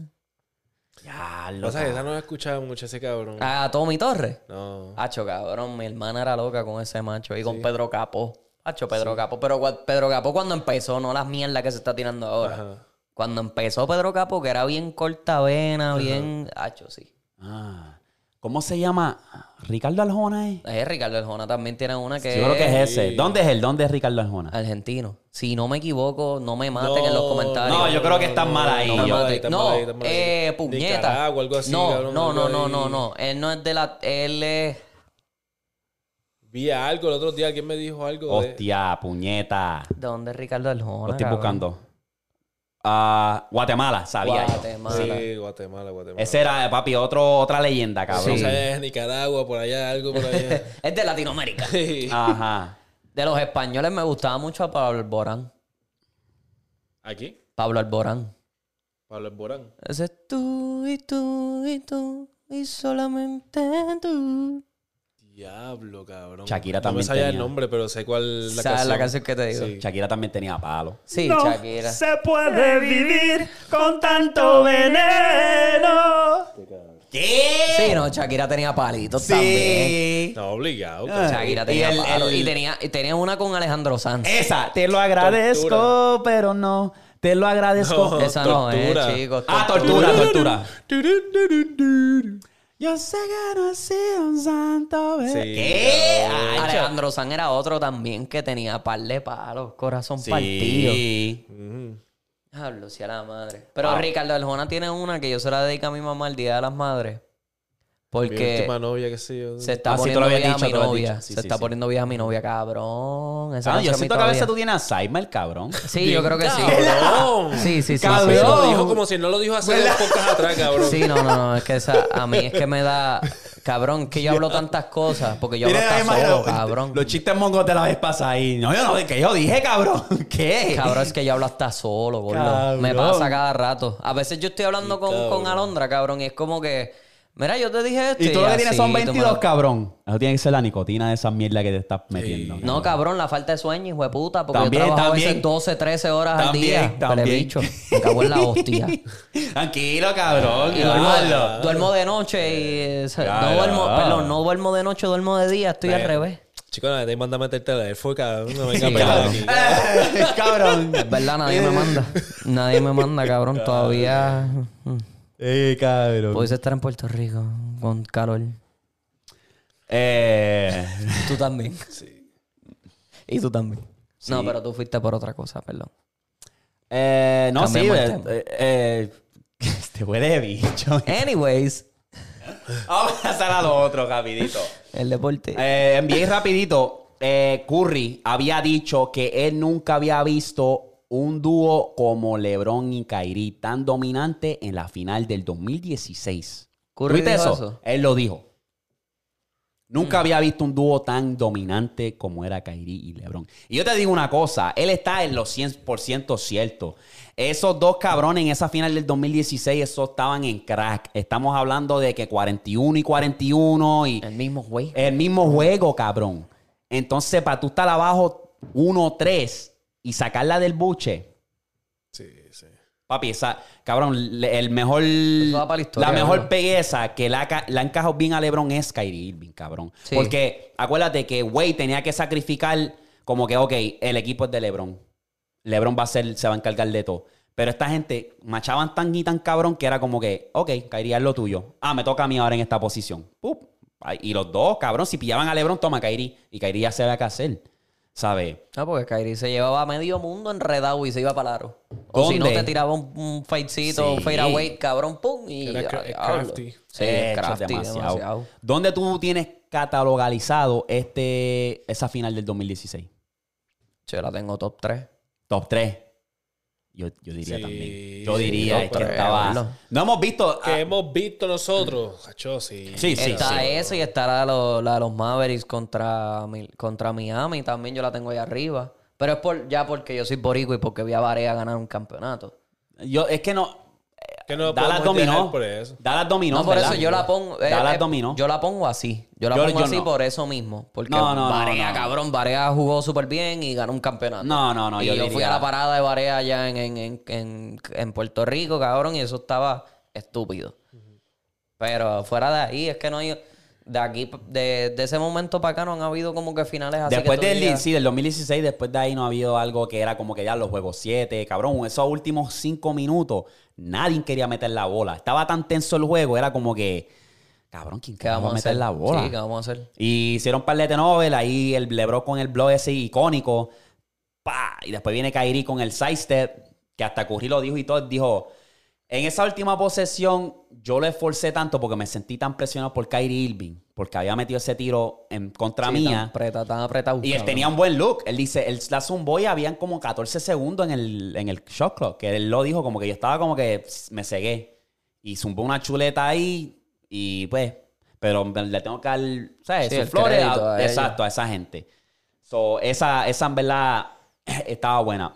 Ya, Lo que lo pasa es que esa no la escuchaba mucho ese cabrón. A Tommy Torres. No. Hacho, cabrón, mi hermana era loca con ese macho. Y con Pedro Capó. Hacho, Pedro Capó. Pero cua- Pedro Capó cuando empezó, no las mierdas que se está tirando ahora. Ajá. Cuando empezó Pedro Capó, que era bien corta vena, bien. Hacho, sí. Ah, ¿Cómo se llama? ¿Ricardo Aljona es? Eh, Ricardo Arjona también tiene una que. Yo creo que es Eh, ese. ¿Dónde es él? ¿Dónde es Ricardo Aljona? Argentino. Si no me equivoco, no me maten en los comentarios. No, yo creo que están mal ahí. No, Yo- mate. está No, mal ahí, está mal ahí. eh, puñeta. Nicaragua, algo así, no, cabrón, no, no, algo no, ahí. no, no. Él no es de la. Él es. Vi algo el otro día, alguien me dijo algo. de- Hostia, puñeta. ¿De dónde es Ricardo Arjona? Lo estoy cabrón? buscando. Ah, Guatemala, sabía yo. Guatemala. Sí, Guatemala, Guatemala. Ese era, papi, otro, otra leyenda, No cabrón. Sí. sabes, Nicaragua, por allá, algo por allá. <laughs> Es de Latinoamérica. Ajá. De los españoles me gustaba mucho a Pablo Alborán. <laughs> ¿Aquí? Pablo Alborán. Pablo Borán. Ese es tú y tú y tú y solamente tú. Diablo, cabrón. Shakira No me también sabía el tenía. nombre, pero sé cuál es la ¿Sabes canción. la canción que te digo? Sí. Shakira también tenía palo. Sí, Shakira. Se puede vivir con tanto veneno. ¿Qué? Sí, no, Shakira tenía palitos también. Sí. No, obligado. Ah. Shakira Y tenía el- Eh, palos. el- Y, tenía, y tenía una con Alejandro Sanz. Esa, te lo agradezco, pero no. Te lo agradezco. No. Esa no tortura. es, chicos. Ah, tortura, tortura. cabrón. Yo sé que no he sido un santo, Sí, ¿verdad? ¿Qué? Ah, Ay, Alejandro Sanz era otro también que tenía par de palos, corazón partido. Sí. Ujú. Hablo, si a la madre. Pero Ah. Ricardo Arjona tiene una que yo se la dedico a mi mamá el Día de las Madres. Mi última Porque novia, qué sé yo. se este está Ah, sí, tú lo poniendo habías vieja dicho, a mi tú lo has novia. dicho. Sí, se sí, está sí. poniendo vieja a mi novia, cabrón. Esa Ah, yo canción a mí siento que a veces tú todavía- tienes Alzheimer, cabrón. Sí, yo creo que sí. ¡Cabrón! <laughs> Sí, sí, sí. Cabrón. sí. Pero lo dijo como si no lo dijo hace <laughs> dos pocas atrás, cabrón. Sí, no, no, no, es que esa, a mí es que me da, cabrón, que yo hablo tantas cosas, porque yo hablo Mira, tan imagino, solo, cabrón. Los chistes mongos de la vez pasada ahí. No, yo no, que yo dije, cabrón. <laughs> ¿Qué? Cabrón, es que yo hablo hasta solo, gordo. Cabrón. Me pasa cada rato. A veces yo estoy hablando con, con Alondra, cabrón, y es como que Mira, yo te dije esto. Y tú lo que así, tienes son tú me lo- 22, cabrón. Eso tiene que ser la nicotina de esa mierda que te estás metiendo. No, cabrón, la falta de sueño, hijo de puta, porque También, yo trabajo a también. veces 12, 13 horas También, al día. también. Vale, bicho. Me cago en la hostia. <laughs> Tranquilo, cabrón. Y duermo, Eduardo. duermo de noche y... eh, Claro. No duermo, perdón, no duermo de noche, duermo de día, estoy al revés. Chico, no, te manda a meter teléfono, cabrón. No venga Sí, a pelar cabrón. <laughs> aquí. Eh, cabrón. Es verdad, nadie me manda. Nadie me manda, cabrón. Todavía mm, Eh, cabrón. pudiese estar en Puerto Rico con calor. Eh, Tú también. Y tú también. No, pero tú fuiste por otra cosa, perdón. eh, no, sí. Cambiamos el Eh, tema. eh, eh, <laughs> este huele de bicho. <laughs> Anyways, Vamos a pasar a lo otro rapidito. el deporte. Eh, bien rapidito. eh, Curry había dicho que él nunca había visto un dúo como LeBron y Kyrie tan dominante en la final del 2016. Curry ¿Tuviste dijo eso? eso. Mm. Él lo dijo. Nunca había visto un dúo tan dominante como era Kyrie y LeBron. Y yo te digo una cosa, él está en los 100% cierto. Esos dos cabrones en esa final del 2016, esos estaban en crack. Estamos hablando de que 41 y 41 y El mismo güey. el mismo juego, cabrón. Entonces, para tú estar abajo 1-3 y sacarla del buche, Sí, sí. papi, esa, cabrón, le- el mejor. va para la historia, mejor bro. pegueza que la, ca- la ha encajado bien a LeBron es Kyrie Irving, cabrón. Sí. Porque acuérdate que Wade tenía que sacrificar, como que, ok, el equipo es de LeBron. LeBron va a ser, se va a encargar de todo. Pero esta gente machaban tan y tan cabrón que era como que, ok, Kyrie es lo tuyo. Ah, me toca a mí ahora en esta posición. Pup. Ay, Y los dos, cabrón, si pillaban a LeBron, toma Kyrie. Y Kyrie ya se ve qué hacer, ¿sabes? No, Ah, porque Kyrie se llevaba a medio mundo enredado y se iba para aro. O si no, ¿Dónde? te tiraba un, un fadecito, Sí. un fadeaway, cabrón, pum, y... Era cra- ah, diablo. crafty. Sí, Eh, es crafty, hecho, demasiado. ¿Dónde tú tienes catalogalizado este, esa final del 2016? Yo la tengo top 3. Top 3. Yo, yo diría Sí, también. Yo sí, diría top es que tres, estaba. boludo. No hemos visto. Que ah, hemos visto nosotros, cacho, sí. sí, sí. está sí. esa y está la, de los- la de los Mavericks contra, mi- contra Miami. También yo la tengo ahí arriba. Pero es por, ya porque yo soy boricua y porque vi a Varea ganar un campeonato. ah, Yo, es que no. eh, Que no Dallas podemos dejar dominó. por eso. Dallas dominó. No, por ¿verdad? eso yo la pongo. eh, Dallas eh, dominó. Yo la pongo así. Yo la Yo- pongo yo así no. por eso mismo. Porque No, no, no, Varea, no. cabrón, Varea jugó súper bien y ganó un campeonato. No, no, no, Y yo yo, fui diría- a la parada de Varea allá en, en, en, en, en Puerto Rico, cabrón, y eso estaba estúpido. Pero fuera de ahí, es que no hay. De aquí, de, de ese momento para acá no han habido como que finales así. Después que tú del, digas- sí, del 2016, después de ahí no ha habido algo que era como que ya los juegos 7, cabrón. Esos últimos 5 minutos, nadie quería meter la bola. Estaba tan tenso el juego, era como que, cabrón, ¿quién ¿Qué carajo va a meter hacer? la bola? Sí, ¿qué vamos a hacer? Y hicieron un par de novel, ahí el Lebron con el blow ese icónico. pa Y después viene Kairi con el sidestep, que hasta Curry lo dijo y todo. Dijo, en esa última posesión yo lo esforcé tanto porque me sentí tan presionado por Kyrie Irving, porque había metido ese tiro en contra Sí, Tan mía. apretado, tan apretado. Y él cabrón. tenía un buen look. Él dice, el, la zumbó y habían como 14 segundos en el, en el shot clock. Que él lo dijo como que yo estaba como que pss, me cegué. Y zumbó una chuleta ahí y pues... Pero le tengo que dar, ¿sabes? Sí, Sus el flores crédito a- a ellos. exacto, a esa gente. So, esa, esa en verdad <clears throat> estaba buena.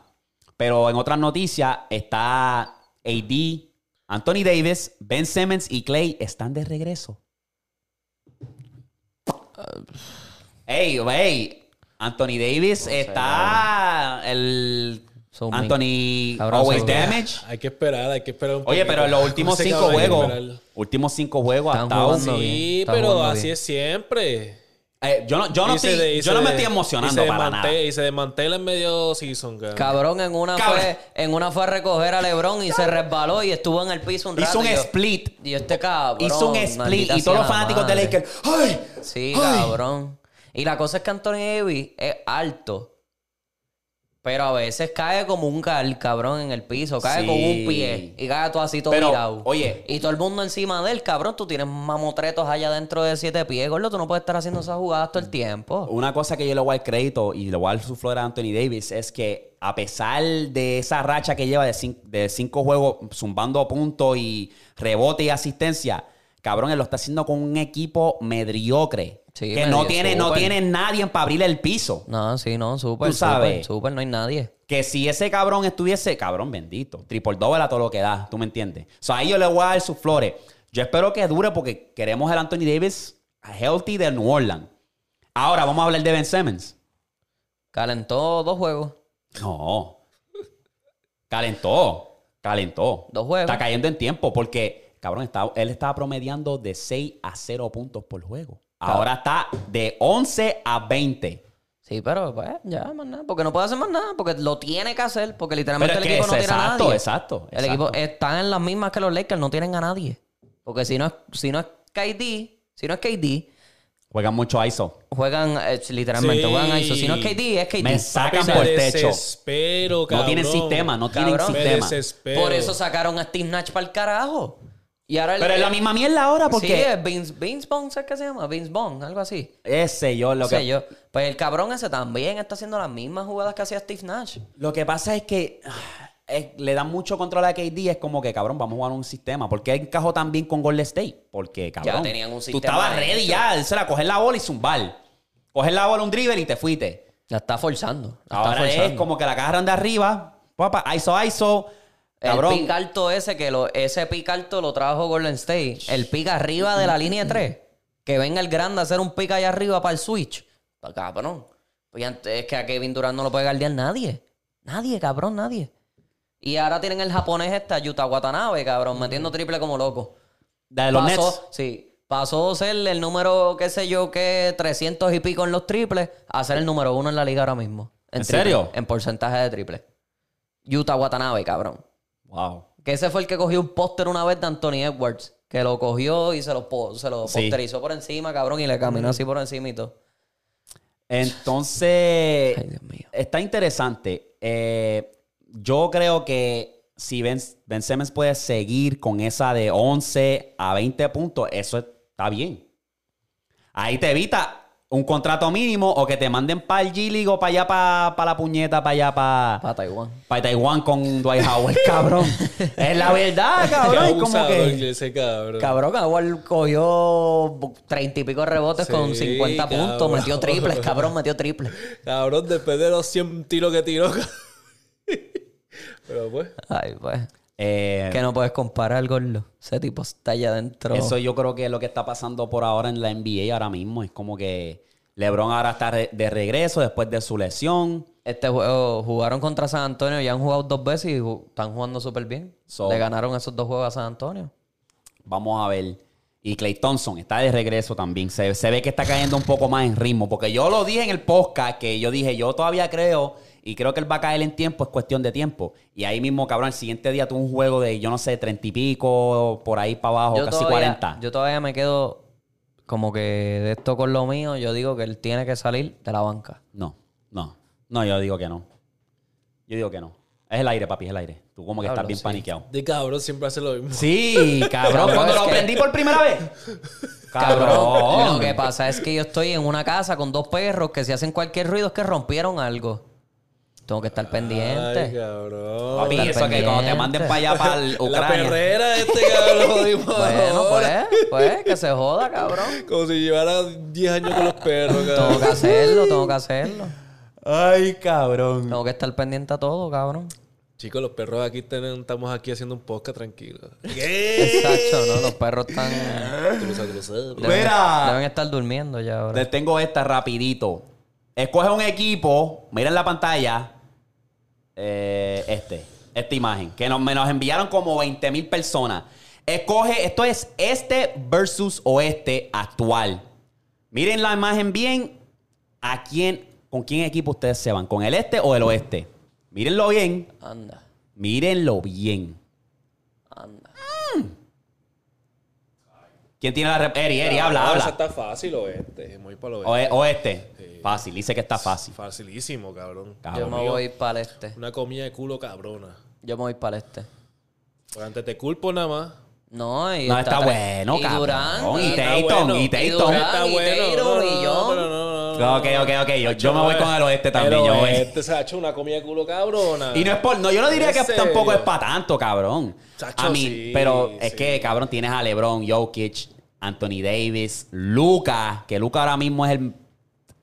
Pero en otras noticias está AD, Anthony Davis, Ben Simmons y Clay están de regreso. Ey, wey. Anthony Davis está el So mean. Anthony Cabrón, Always so- Damage. Ah, Hay que esperar, hay que esperar un Oye, poquito. pero en los últimos Ese cinco cabrón hay que juegos, esperar. últimos cinco juegos ha Están estado- jugando bien. Sí, está pero jugando así bien. es siempre. Eh, yo no, yo no, Y se estoy- de- y yo se no me de- estoy emocionando y se para desmante- nada. Y se desmantela en medio season, cabrón. Cabrón, en una, Cabrón. Fue, en una fue a recoger a Lebron y se resbaló y estuvo en el piso un rato. Hizo un y yo- split. Y este cabrón. Hizo un split maldita y todos los sea la fanáticos de madre. Lakers. ¡Ay! Sí, ¡Ay! cabrón. Y la cosa es que Anthony Davis es alto. Pero a veces cae como un gal, cabrón, en el piso. Cae Sí. con un pie y cae todo así todo Pero, mirado. oye. Y todo el mundo encima de él, cabrón. Tú tienes mamotretos allá dentro de siete pies, gordo. Tú no puedes estar haciendo esas jugadas todo el tiempo. Una cosa que yo le voy al crédito y le voy a dar su flor a Anthony Davis es que a pesar de esa racha que lleva de, cin- de cinco juegos zumbando puntos y rebote y asistencia, cabrón, él lo está haciendo con un equipo mediocre. Sí, que medio- no tiene, no súper. tiene nadie para abrirle el piso. No, sí, no, súper. Tú sabes. Súper, súper, no hay nadie. Que si ese cabrón estuviese, cabrón bendito, triple doble a todo lo que da, ¿tú me entiendes? O sea, ahí yo le voy a dar sus flores. Yo espero que dure porque queremos el Anthony Davis healthy de New Orleans. Ahora vamos a hablar de Ben Simmons. Calentó dos juegos. No. Calentó. Calentó. Dos juegos. Está cayendo en tiempo porque, cabrón, está- él estaba promediando de 6 a 0 puntos por juego. Ahora está de 11 a 20. Sí, pero pues ya, más nada. Porque no puede hacer más nada. Porque lo tiene que hacer. Porque literalmente Pero es el que equipo no es- tiene a exacto, nadie. exacto, El exacto. equipo está en las mismas que los Lakers. No tienen a nadie. Porque si no es, si no es KD, si no es KD, Juegan mucho ISO. juegan eh, literalmente, Sí. juegan eso. Si no es KD, es KD. Me sacan por el techo. Desespero, No cabrón. tienen sistema, no tienen Cabrón. Me sistema. desespero. Por eso sacaron a Steve Nash para el carajo. Y ahora el- Pero es la misma mierda ahora porque... Sí, es Vince, Vince Bong, ¿sabes qué se llama? Vince Bong, algo así. Ese yo, lo No sé que, yo. Pues el cabrón ese también está haciendo las mismas jugadas que hacía Steve Nash. lo que pasa es que ah, es- le dan mucho control a KD. Es como que, cabrón, vamos a jugar un sistema. ¿Por qué encajó tan bien con Golden State? Porque, cabrón, tenían un tú sistema estabas de ready hecho. ya. Eso era coger la bola y zumbar. Coger la bola, un dribble y te fuiste. La está forzando. La está Ahora forzando. es como que la agarran de arriba. Papá, ISO, ISO. El Cabrón. pick alto ese que lo, ese pick alto lo trajo Golden State. El pick arriba Mm-hmm. de la línea 3. Que venga el grande a hacer un pick allá arriba para el switch. Pa' cabrón. Pues ya, es que a Kevin Durant no lo puede guardiar nadie. Nadie, cabrón, nadie. Y ahora tienen el japonés esta, Yuta Watanabe, cabrón, metiendo triple como loco. La de los pasó, Nets. Sí, pasó a ser el número, qué sé yo, que 300 y pico en los triples, a ser el número uno en la liga ahora mismo. ¿En triple, serio? En porcentaje de triple. Yuta Watanabe, cabrón. Wow. Que ese fue el que cogió un póster una vez de Anthony Edwards. Que lo cogió y se lo, po- se lo Sí. posterizó por encima, cabrón, y le caminó así por encima y todo. Entonces, Ay, Dios mío. está interesante. Eh, yo creo que si ben, Ben Simmons puede seguir con esa de 11 a 20 puntos, eso está bien. Ahí te evita un contrato mínimo o que te manden para el G-League o para allá, para la puñeta, para allá, para... Para Taiwán. Para Taiwán con Dwight <laughs> Howard, cabrón. es la verdad, Qué cabrón. Es como abusador que... ese cabrón. Cabrón, Howard cogió treinta y pico rebotes Sí, con 50 puntos. cabrón. Metió triples, cabrón, metió triples. Cabrón, después de los 100 tiros que tiró. <laughs> Pero pues. Ay, pues. Eh, Que no puedes comparar, gordo. Ese tipo está allá adentro. Eso yo creo que es lo que está pasando por ahora en la NBA ahora mismo. Es como que LeBron ahora está re- de regreso después de su lesión. Este juego jugaron contra San Antonio, ya han jugado dos veces y ju- están jugando súper bien. So- Le ganaron esos dos juegos a San Antonio. Vamos a ver. Y Clay Thompson está de regreso también. Se, se ve que está cayendo un poco más en ritmo. Porque yo lo dije en el podcast que yo dije, yo todavía creo y creo que él va a caer en tiempo, es cuestión de tiempo. Y ahí mismo, cabrón, el siguiente día tuvo un juego de, yo no sé, treinta y pico, por ahí para abajo, casi todavía, 40. Yo todavía me quedo como que de esto con lo mío. Yo digo que él tiene que salir de la banca. No, no. No, yo digo que no. Yo digo que no. Es el aire, papi, es el aire. Tú como que estás Diablo, bien sí. paniqueado. De cabrón siempre hace lo mismo. Sí, cabrón, Cabrón, cuando es lo que- aprendí por primera vez. Lo Cabrón. que pasa es que yo estoy en una casa con dos perros que si hacen cualquier ruido es que rompieron algo. Tengo que estar Ay, pendiente. cabrón. Papi, Estar eso que cuando te pendiente. <laughs> manden para allá, para La Ucrania. perrera de este <laughs> cabrón. jodimos Bueno, ahora. pues, pues, que se joda, pues. cabrón. Como si llevara 10 años con <laughs> los perros, Tengo que cabrón. hacerlo, tengo que hacerlo. Ay, cabrón. Tengo que estar pendiente a todo, cabrón. Chicos, los perros aquí tienen- estamos aquí haciendo un podcast tranquilo. Exacto, ¿no? Los perros están. Tú lo sabes, tú lo <laughs> sabes. Deben, Mira. deben estar durmiendo ya ahora. Les tengo esta rapidito. Escoge un equipo, mira en la pantalla, eh, este, esta imagen, que nos, me nos enviaron como 20 mil personas. Escoge, esto es este versus oeste actual. Miren la imagen bien, a quién, con quién equipo ustedes se van, con el este o el oeste. Mírenlo bien, Anda, mírenlo bien. anda. ¿Quién tiene la... rep- Eri, Eri, habla, Eso habla. Ah, está fácil, oeste. Muy para lo Oe- Oeste. Fácil, dice que está fácil. Facilísimo, cabrón. Yo Cabrón. me voy para el este. Una comida de culo cabrona. Yo me voy para el este. Porque antes te culpo nada más. No, y No, está tra- bueno, y cabrón. Durán, eh, Y y- Tatum, y Tatum. Durán, Está y bueno. Tatum, No, y no, yo. no, pero no, no, no. pues, Ok, ok, ok. Yo, yo me voy con el oeste también. El yo voy. oeste se ha hecho una comida de culo cabrona. Y no es por. No, yo no diría ¿En que serio? tampoco es para tanto, cabrón. Chacho, a mí, sí, pero es sí. que, cabrón, tienes a LeBron, Jokic, Anthony Davis, Luca, que Luca ahora mismo es el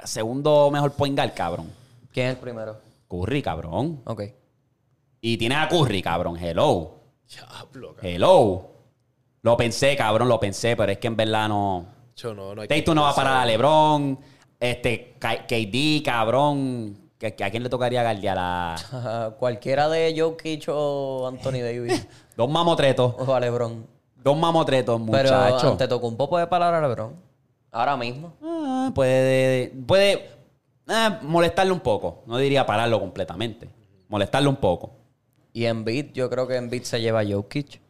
segundo mejor point guard, cabrón. ¿Quién es el primero? Curry, cabrón. Ok. <laughs> Y tienes a Curry, cabrón. Hello. Diablo, cabrón. Hello. Lo pensé, cabrón, lo pensé, pero es que en verdad no. Cho, no, no hay Tatum no va para a LeBron. Este, K- KD, cabrón. ¿Que- que ¿A quién le tocaría guardiar? A Ajá, Cualquiera de Jokic <laughs> o Anthony Davis dos mamotretos. o a LeBron. Dos mamotretos, Pero muchachos. te tocó un poco de palabra a LeBron. Ahora mismo. Ah, puede puede eh, molestarlo un poco. No diría pararlo completamente. Molestarlo un poco. Y en beat, yo creo que en beat se lleva a Jokic.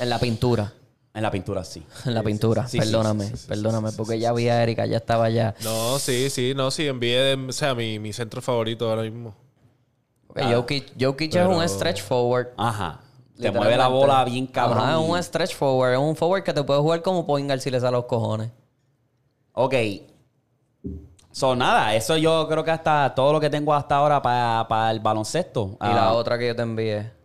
En la pintura. <laughs> En la pintura, sí. En la pintura, sí, sí, perdóname, sí, perdóname, porque ya vi a Erika, ya estaba ya. No, sí, sí, no, sí, envié, o sea, mi, mi centro favorito ahora mismo. Porque Jokic, Jokic es un stretch forward. Ajá. Ah, Te literalmente. mueve la bola bien cabrón. Ajá, es y- un stretch forward, es un forward que te puede jugar como point guard si le sale a los cojones. Ok. So, nada, eso yo creo que hasta todo lo que tengo hasta ahora para el baloncesto. Y la Ah, otra que yo te envié,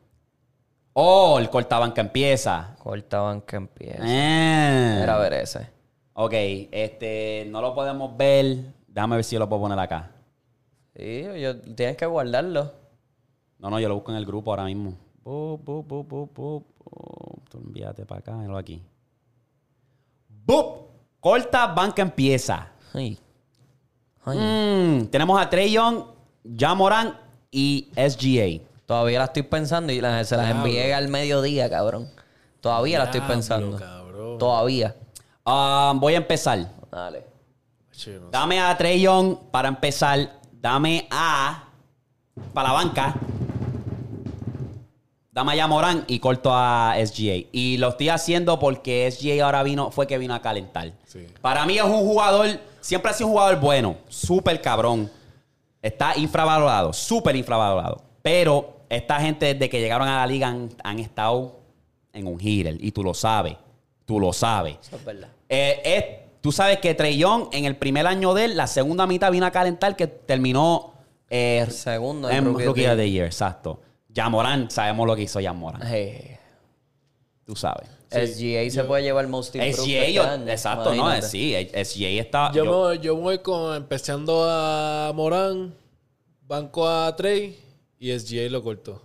Oh, el cortabanca empieza. cortaban que empieza. Eh. Era ver ese. Ok, este, no lo podemos ver. Déjame ver si yo lo puedo poner acá. Sí, yo, tienes que guardarlo. No, no, yo lo busco en el grupo ahora mismo. Boop, boop, boop, boop, boop, boop. Tú envíate para acá, míralo aquí. ¡Boop! Corta, banca empieza. Ay. Ay. Mm, tenemos a Trey Young, Ja Morant y SGA. Todavía la estoy pensando y la- se las envié al mediodía, cabrón. Todavía la estoy Ah. pensando. cabrón. Todavía. Ah, voy a empezar. Dale. Che, no. Dame a Trey Young para empezar. Dame a. Para la banca. Dame a Yamorán y corto a SGA. Y lo estoy haciendo porque SGA ahora vino, fue que vino a calentar. Sí. Para mí es un jugador, siempre ha sido un jugador bueno, súper cabrón. Está infravalorado, súper infravalorado. Pero esta gente desde que llegaron a la liga han, han estado en un heater. Y tú lo sabes, tú lo sabes. Eso es verdad. Eh, es- tú sabes que Trellón en el primer año de él, la segunda mitad vino a calentar que terminó eh, Segundo en en Rookie Rookie, of the of the Year, exacto. Yamorán, sabemos lo que hizo Yamorán, Eh, tú sabes. SGA se puede llevar Most Improved SGA, este yo- año, exacto, no, eh, imagínate. sí, eh, SGA está... Yo, yo- me- yo me voy con, empezando a Morán, banco a Trey y SGA lo cortó.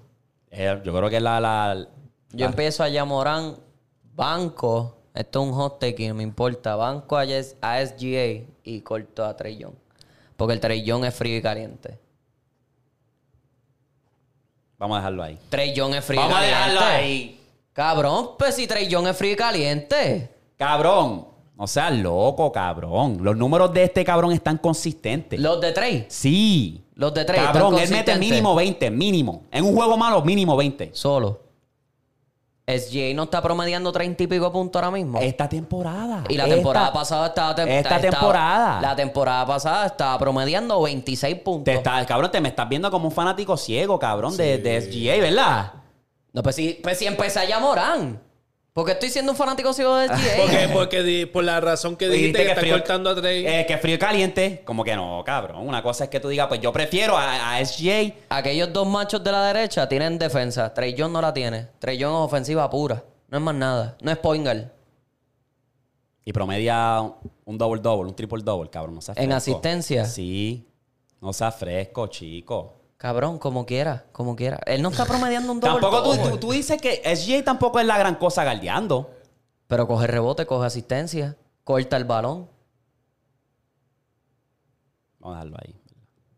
eh, yo creo que la... la- Yo empiezo a Yamorán, banco. Esto es un hot take, no me importa. Banco a, Yes- a SGA y corto a Trey Young. Porque el Trey Young es frío y caliente. vamos a dejarlo ahí. Trey Young es frío Vamos a y caliente. dejarlo ahí. Cabrón, pues si Trey Young es frío y caliente. Cabrón, no seas loco, cabrón. Los números de este cabrón están consistentes. Los de Trey. Sí. Los de Trey. cabrón, están él mete consistentes. mínimo 20, mínimo. En un juego malo, mínimo 20. Solo. SGA no está promediando 30 y pico puntos ahora mismo. Esta temporada. Y la Esta- temporada pasada estaba... tem- esta estaba- temporada. La temporada pasada estaba promediando 26 puntos. Te está, cabrón, te me estás viendo como un fanático ciego, cabrón, de, de SGA, ¿verdad? No, pues si, pues si empecé a Yamorán. Porque estoy siendo un fanático <laughs> ciego de SGA. Porque, porque di- por la razón que Pues dijiste, que, está cortando a Trey. eh, que frío y caliente. Como que no, cabrón. Una cosa es que tú digas, pues yo prefiero a, a SGA. Aquellos dos machos de la derecha tienen defensa. Trey Young no la tiene. Trey Young es ofensiva pura. No es más nada. No es point guard. Y promedia un double-double, un triple-double, cabrón. No seas En fresco. asistencia. Sí. No seas fresco, chico. Cabrón, como quiera, como quiera. Él no está promediando <laughs> un doble. Tampoco tú, double. tú- tú dices que SGA tampoco es la gran cosa galdeando. Pero coge rebote, coge asistencia, corta el balón. Vamos a dejarlo ahí.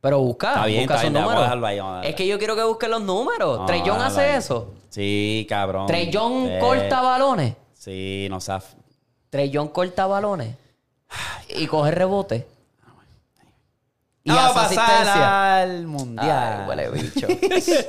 Pero busca, Está bien, busca está sus bien, vamos a números. dejarlo ahí, vamos a dejarlo Es que yo quiero que busque los números. Vamos a Trey Young dejarlo hace ahí. Eh. eso. Sí, cabrón. Trey Young Sí. corta balones. Sí, no seas... Trey Young corta balones. Y coge rebote. Y No Ah, va a hace asistencia. pasar al mundial. Ay, huele <laughs> bicho.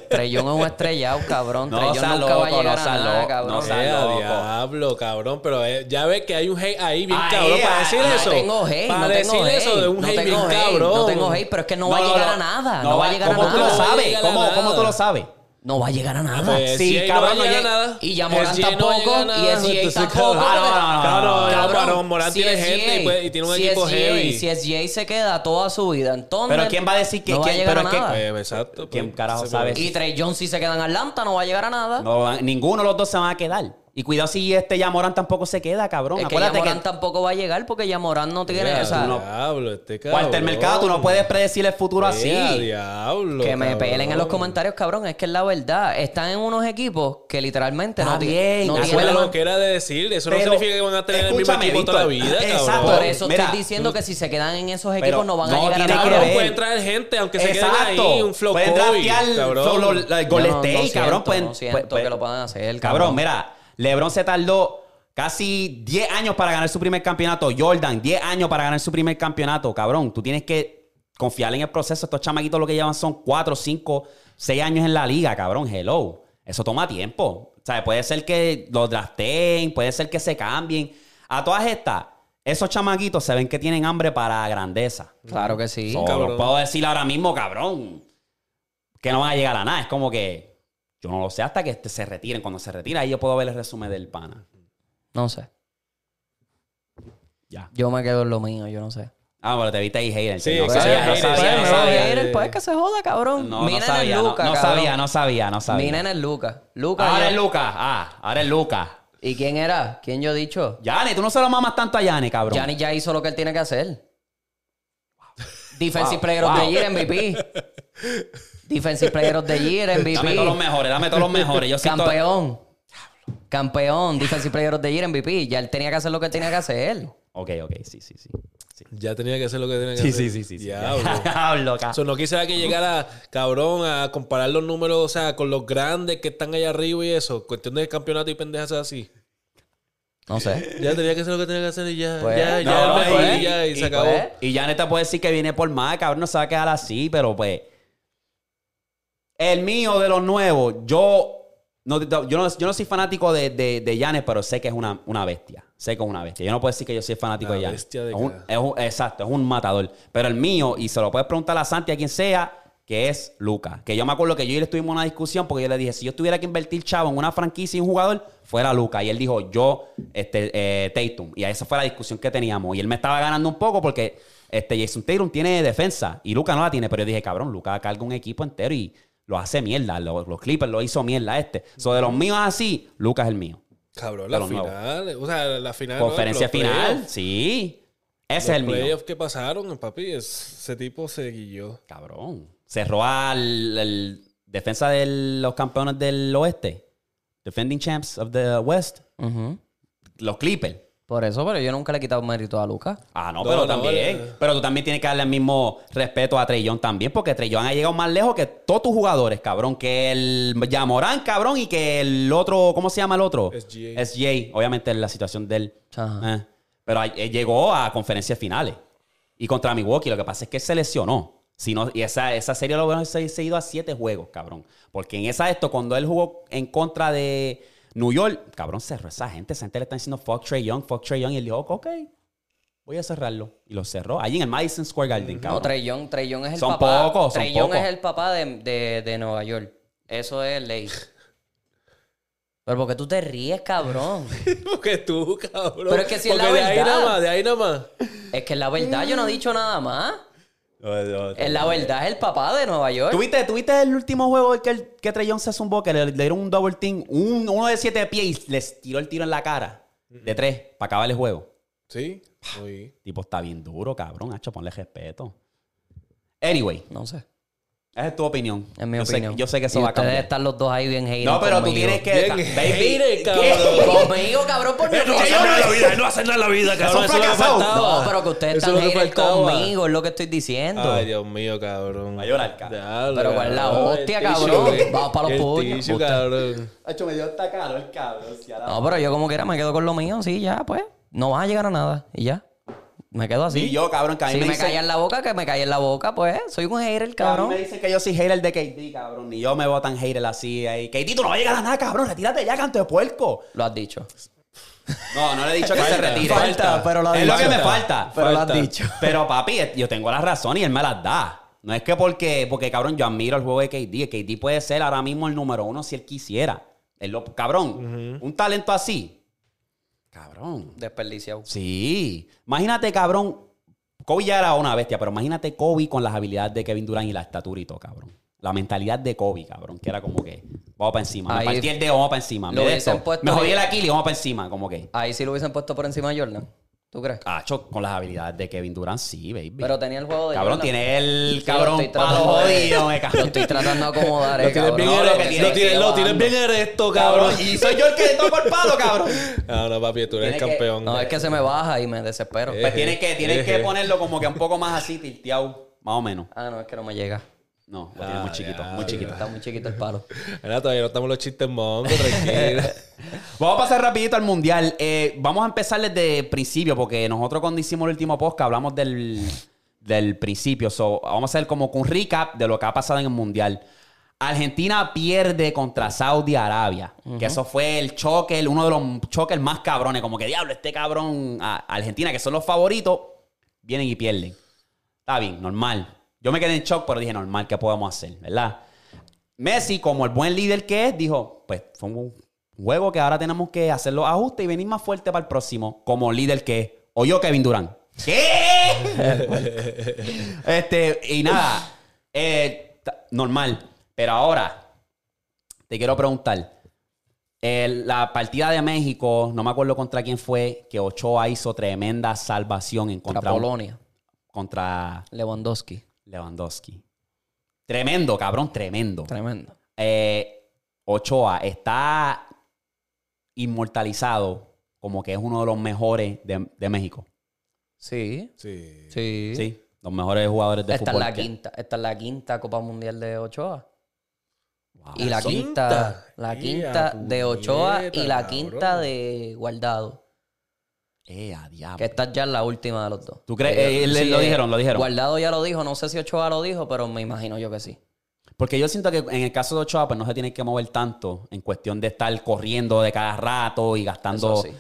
Trey Young es un estrellado, cabrón. No Trey Young seas nunca va loco, a no llegar a seas nada, loco, cabrón. no Eh, seas está loco. diablo, cabrón. Pero eh, ya ves que hay un hate ahí bien Ahí, cabrón para ah, decir no eso. tengo hate, para no decir tengo hate. eso de un no hate bien tengo hate, cabrón. No tengo hate, pero es que no, va a llegar a nada. No, va a llegar a ¿Cómo tú lo No va a nada. sabes? llegar a ¿Cómo, nada. cómo tú lo sabes? No va a llegar a nada. Pues, Sí, SGA cabrón, no va a llegar no a nada. Y ya Morán SGA no va a llegar tampoco, a nada. y SGA Entonces, tampoco. cabrón, Ah, no, no, no, Cabrón, ya Cabrón, Morán- Morán si tiene SGA, gente y, puede- y tiene un si equipo SGA, heavy. Eh, Si SGA se queda toda su vida, entonces. Pero ¿quién va a decir que- no va a quién- llegar pero es a que- pues, nada? Eh, exacto. ¿Quién pero- carajo se- sabe? Y Trey Jones si se queda en Atlanta no va a llegar a nada. No, ninguno de los dos se van a quedar. Y cuidado si este Yamoran tampoco se queda, cabrón. Es que Acuérdate Yamorán que tampoco va a llegar porque Yamorán no tiene Ea, esa. diablo, este cabrón. cuarto el mercado, tú no puedes predecir el futuro así. Ea, diablo, Que me cabrón. peleen en los comentarios, cabrón. Es que es la verdad. Están en unos equipos que literalmente Está no, ti- bien, no Eso es tienen. acuérdate lo que era de decir. Eso Pero- no significa que van a tener el mismo escúchame, equipo toda la Víctor. vida, Exacto. cabrón. Por eso Mira, estoy diciendo que si se quedan en esos Pero equipos no van a no llegar a tiene la que Cabrón, ver. pueden traer gente, aunque se queden Exacto. ahí, un flow Pueden COVID, draftear cabrón. flow, lo- la- el Golden No, no State, siento, cabrón. pueden- no siento pueden- que lo puedan hacer, Cabrón, cabrón. mira, LeBron se tardó casi 10 años para ganar su primer campeonato. Jordan, 10 años para ganar su primer campeonato, cabrón. Tú tienes que confiar en el proceso. Estos chamaquitos lo que llevan son 4, 5, 6 años en la liga, cabrón. Hello. Eso toma tiempo. O sea, puede ser que los drafteen, puede ser que se cambien. A todas estas, esos chamaquitos se ven que tienen hambre para grandeza. Claro que sí. So, cabrón. lo puedo decir ahora mismo, cabrón, que no van a llegar a nada. Es como que yo no lo sé hasta que este se retiren. Cuando se retira, ahí yo puedo ver el resumen del pana. No sé. Ya. Yo me quedo en lo mío, yo no sé. Ah, bueno, te viste ahí, hater. Sí, no, exacto. sabía, no Hater, sabía, no sí, sabía. hater. Pues que se joda, cabrón. No, Mi no nena sabía, es no, Luca, no cabrón. sabía, no sabía, no Mi sabía. nena es Lucas. Lucas. Ahora ya- es Lucas. Ah, ahora es Lucas. ¿Y quién era? ¿Quién yo he dicho? Yane, tú no se lo mamas tanto a Yane, cabrón. Gianni ya hizo lo que él tiene que hacer. Defensive Wow. Player of the Wow. Year, MVP. <laughs> Defensive Player of the Year, Dame todos los MVP. mejores, dame todos los mejores. Yo siento... Campeón. Campeón. Defensive Player of the Year, MVP. Ya él tenía que hacer lo que él tenía que hacer. Ok, ok, sí, sí, sí. <laughs> Sí, Ya tenía que hacer lo que tenía que sí, hacer. sí, sí. sí, sí. Diablo. Diablo, Ah. ca- O sea, no quisiera que llegara, cabrón, a comparar los números, o sea, con los grandes que están allá arriba y eso. Cuestión de campeonato y pendejas así. No sé. Ya tenía que hacer lo que tenía que hacer y ya. Pues, ya, no, ya, el pues, mejor, y, ya, y, y se acabó. pues. Y Janet te puede decir que viene por más, cabrón, no se va a quedar así, pero pues. El mío de los nuevos, yo no, yo no, yo no soy fanático de, de, de Janet, pero sé que es una, una bestia. Sé que es una bestia. Yo no puedo decir que yo soy fanático Una de Janet. bestia de Es un- cara. es un- exacto, es un matador. Pero el mío, y se lo puedes preguntar a Santi, a quien sea, que es Lucas. Que yo me acuerdo que yo y él tuvimos una discusión porque yo le dije, si yo tuviera que invertir chavo en una franquicia y un jugador, fuera Lucas. Y él dijo, yo, este, eh, Tatum. Y esa fue la discusión que teníamos. Y él me estaba ganando un poco porque este, Jason Tatum tiene defensa y Lucas no la tiene. Pero yo dije, cabrón, Lucas carga un equipo entero y lo hace mierda. Los, los Clippers lo hizo mierda este. So, de los míos así, Lucas es el mío. Cabrón, la Pero no. final. O sea, la final. ¿no? Conferencia Los final, playoffs. sí. Ese es Los el mío. playoffs que pasaron, papi, es- ese tipo se guilló. <laughs> Cabrón. Cerró al al defensa de los campeones del oeste. Defending champs of the west. Ujú. Los Clippers. Por eso, pero yo nunca le he quitado mérito a Lucas. Ah, no, No, pero no, también. vale. Pero tú también tienes que darle el mismo respeto a Trellón también, porque Trellón ha llegado más lejos que todos tus jugadores, cabrón. Que el Yamorán, cabrón, y que el otro, ¿cómo se llama el otro? SGA. SGA. Obviamente la situación del. Ajá. Eh. Pero ahí- eh, llegó a conferencias finales. Y contra Milwaukee, lo que pasa es que se lesionó. Si no- y esa, esa serie lo hubieran se- seguido a siete juegos, cabrón. Porque en esa esto, cuando él jugó en contra de New York, cabrón, cerró esa gente. Esa gente le está diciendo fuck Trey Young, fuck Trey Young. Y él dijo, ok, voy a cerrarlo. Y lo cerró. Allí en el Madison Square Garden, No, cabrón. Trey Young, Trey Young es el Son papá. pocos, son Trey Young pocos. es el papá de, de- de Nueva York. Eso es ley. Pero porque tú te ríes, cabrón. Porque tú, cabrón. Pero es que si es la Porque de ahí verdad. nada más, de ahí nada más. Es que es la verdad, yo no he dicho nada más. Es la verdad, es el papá de Nueva York. ¿Tuviste, ¿Tuviste el último juego que, el, que Trey Young se zumbó? Que le, le dieron un double team, un- uno de siete pies, y les tiró el tiro en la cara de tres para acabar el juego. Sí. Ah. Oí. Tipo, está bien duro, cabrón. Hacho, ponle respeto. Anyway, No sé. esa es tu opinión. Es mi yo opinión. Sé, yo sé que eso Y va a cambiar. Ustedes están los dos ahí bien haters. No, pero tú conmigo. tienes que. Bien ca- hater, ¿qué? cabrón. Conmigo, cabrón, por mi no hace opinión. nada en la vida, no hace nada en la vida, cabrón, eso es lo que No, pero que ustedes están haters conmigo, es lo que estoy diciendo. Ay, Dios mío, cabrón. Va a llorar, cabrón. Diablo, Pero ¿cuál es la cabrón. hostia, El tissue, cabrón? eh. Vamos pa' los El puños, tissue, puta. cabrón. Hacho, me dio hasta calor, cabrón. si ahora- No, pero yo como quiera me quedo con lo mío, sí, ya, pues. No vas a llegar a nada. Y ya. Me quedo así. Y yo, cabrón, que a mí si me, me dicen, callan la boca, que me callen la boca, pues. Soy un hater, que a mí cabrón. me dicen que yo soy hater de KD, cabrón. Ni yo me veo tan hater así ahí. KD, tú no vas a llegar a nada, cabrón. Retírate ya, canto de puerco. Lo has dicho. No, no le he dicho que Falta, se retire. falta, pero lo has Es lo dicho. que me falta. Pero lo has Falta. dicho. <laughs> Pero papi, yo tengo la razón y él me las da. No es que porque, porque cabrón, yo admiro el juego de KD. KD puede ser ahora mismo el número uno si él quisiera. Él lo- cabrón, un talento así. Cabrón. Desperdiciado. Sí. Imagínate, cabrón. Kobe ya era una bestia, pero imagínate Kobe con las habilidades de Kevin Durant y la estaturito, cabrón. La mentalidad de Kobe, cabrón, que era como que, vamos Vamos para encima. Ahí- me partí el dedo, vamos para encima. Lo Me, de hubiesen esto, puesto me jodí ahí. el Aquiles, vamos para encima. Como que, Ahí sí lo hubiesen puesto por encima de Jordan. ¿Tú crees? cacho, con las habilidades de Kevin Durant, sí, baby. Pero tenía el juego de cabrón, Jordan. tiene el Sí, lo cabrón estoy palo tratando de- jodido, eh, me cago. Lo estoy tratando <laughs> de acomodar, eh, Lo tienes cabrón. bien No, lo erecto, que tienes lo tienes- que lo tienes bajando. bien erecto, cabrón. Y soy yo el que toco el palo, <laughs> cabrón. No, no, papi, tú eres Tiene que- campeón. Eh. No, es que se me baja y me desespero. Pues tienes que, tienes que Eje. ponerlo como que un poco más así, tilteado. Más o menos. Ah, no, es que no me llega. No, lo tienes muy chiquito, muy chiquito. Está muy chiquito el palo. Mira, todavía no estamos los chistes mongos, <laughs> tranquilo. Vamos a pasar rapidito al mundial. Eh, vamos a empezar desde el principio, porque nosotros cuando hicimos el último podcast hablamos del, del principio. So, vamos a hacer como que un recap de lo que ha pasado en el mundial. Argentina pierde contra Saudi Arabia, que eso fue el choque, el- uno de los choques más cabrones. Como que diablo, este cabrón, a- Argentina, que son los favoritos, vienen y pierden. Está bien, normal. Yo me quedé en shock, pero dije, normal, ¿qué podemos hacer? ¿Verdad? Messi, como el buen líder que es, dijo, pues fue un juego que ahora tenemos que hacer los ajustes y venir más fuerte para el próximo, como líder que es. O yo, Kevin Durant. ¿Qué? <laughs> este, y nada, eh, ta- normal. Pero ahora, te quiero preguntar. El- la partida de México, no me acuerdo contra quién fue, que Ochoa hizo tremenda salvación en Contra contra, Polonia. contra Lewandowski. Lewandowski. Tremendo, cabrón, tremendo. Tremendo. Eh, Ochoa está inmortalizado como que es uno de los mejores de, de México. Sí. Sí. Sí. ¿Sí? los mejores jugadores de Esta es fútbol. la que- quinta. Esta es la quinta Copa Mundial de Ochoa. Wow. Y la son- quinta. La Ea, quinta de Ochoa y puñeta, la cabrón. quinta de Guardado. Eh, a diablo. Que esta ya es la última de los dos. ¿Tú crees? Eh, Eh, le- sí, lo eh, dijeron, lo dijeron. Guardado ya lo dijo. No sé si Ochoa lo dijo, pero me imagino yo que sí. Porque yo siento que en el caso de Ochoa, pues no se tiene que mover tanto en cuestión de estar corriendo de cada rato y gastando. Eso sí.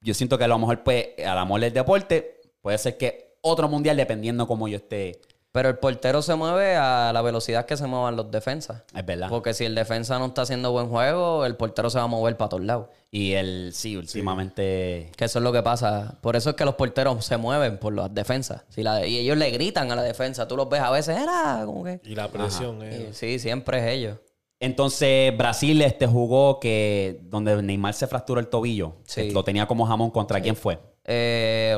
Yo siento que a lo mejor, pues, al amor del deporte, puede ser que otro mundial, dependiendo cómo yo esté. Pero el portero se mueve a la velocidad que se muevan los defensas. Es verdad. Porque si el defensa no está haciendo buen juego, el portero se va a mover para todos lados. Y él, sí, últimamente. Que eso es lo que pasa. Por eso es que los porteros se mueven por las defensas. Si la- y ellos le gritan a la defensa. Tú los ves a veces, era como que. Y la presión, eh. Y sí, siempre es ellos. Entonces, Brasil este jugó que donde Neymar se fracturó el tobillo. Sí. que Lo tenía como jamón contra quién fue. Eh,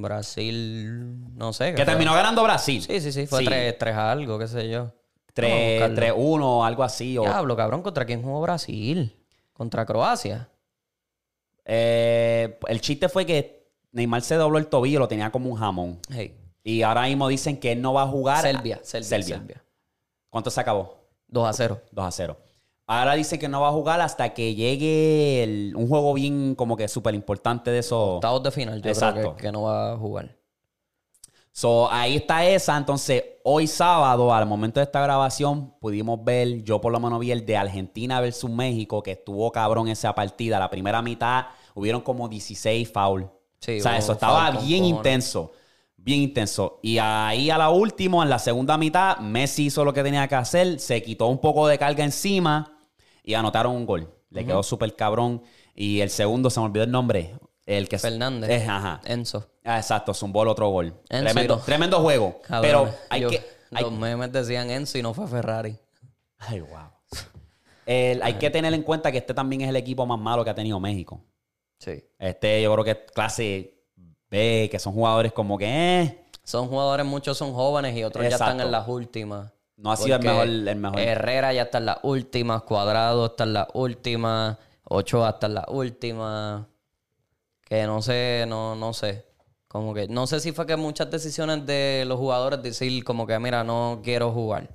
Brasil, no sé. Que fue- terminó ganando Brasil. Sí, sí, sí. Fue 3 algo, qué sé yo. Vamos a 3 buscarlo. 3-1 o algo así. O, Diablo, cabrón, ¿contra quién jugó Brasil? Contra Croacia. Eh, el chiste fue que Neymar se dobló el tobillo, lo tenía como un jamón. Hey. Y ahora mismo dicen que él no va a jugar. Serbia, Serbia, Serbia. ¿Cuánto se acabó? 2 a 0. 2 a 0. Ahora dicen que no va a jugar hasta que llegue el- un juego bien como que súper importante de esos. Octavos de final, yo creo Exacto. que, que no va a jugar. So, ahí está esa. Entonces, hoy sábado, al momento de esta grabación, pudimos ver, yo por lo menos vi el de Argentina versus México, que estuvo cabrón esa partida. La primera mitad hubieron como 16 foul. Sí, o sea, hubo eso estaba foul con bien cojones. intenso. Bien intenso. Y ahí a la última, en la segunda mitad, Messi hizo lo que tenía que hacer, se quitó un poco de carga encima y anotaron un gol. Le quedó súper cabrón. Y el segundo, se me olvidó el nombre. El que Fernández. Es, Eh, ajá. Enzo. Ah, exacto, zumbó el otro gol. Enzo Tremendo, y no. tremendo juego. Cabrón, pero hay yo- que. hay- Los memes decían Enzo y no fue Ferrari. Ay, wow. El- hay que tener en cuenta que este también es el equipo más malo que ha tenido México. Sí. Este, yo creo que es clase B, que son jugadores como que eh, Son jugadores, muchos son jóvenes y otros ya Exacto. están en las últimas. no ha sido el Porque mejor, el mejor. Herrera ya está en las últimas, Cuadrado está en las últimas, Ochoa está en las últimas. Que no sé, no, no sé. Como que, no sé si fue que muchas decisiones de los jugadores decir como que, mira, no quiero jugar.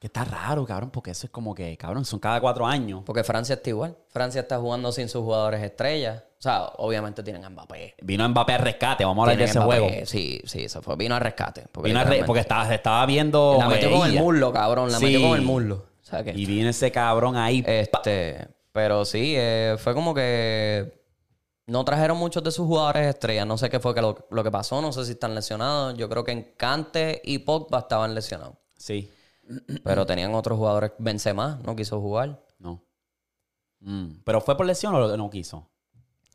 que está raro, cabrón, porque eso es como que, cabrón, son cada cuatro años. Porque Francia está igual. Francia está jugando sin sus jugadores estrellas. O sea, obviamente tienen a Mbappé. Vino Mbappé al rescate, vamos a hablar de Tienen ese a Mbappé. juego. Sí, sí, se fue. Vino al rescate. Porque, Vino al re- literalmente- porque estaba, estaba viendo. la metió con el ella. muslo, cabrón. La Sí. metió con el muslo. O sea que... Y vino ese cabrón ahí. Este, pero sí, eh, fue como que no trajeron muchos de sus jugadores estrellas. No sé qué fue que lo, lo que pasó, no sé si están lesionados. Yo creo que en Kante y Pogba estaban lesionados. Sí. <clears throat> Pero tenían otros jugadores. Benzema no quiso jugar. No. Mm, Pero fue por lesión o no quiso.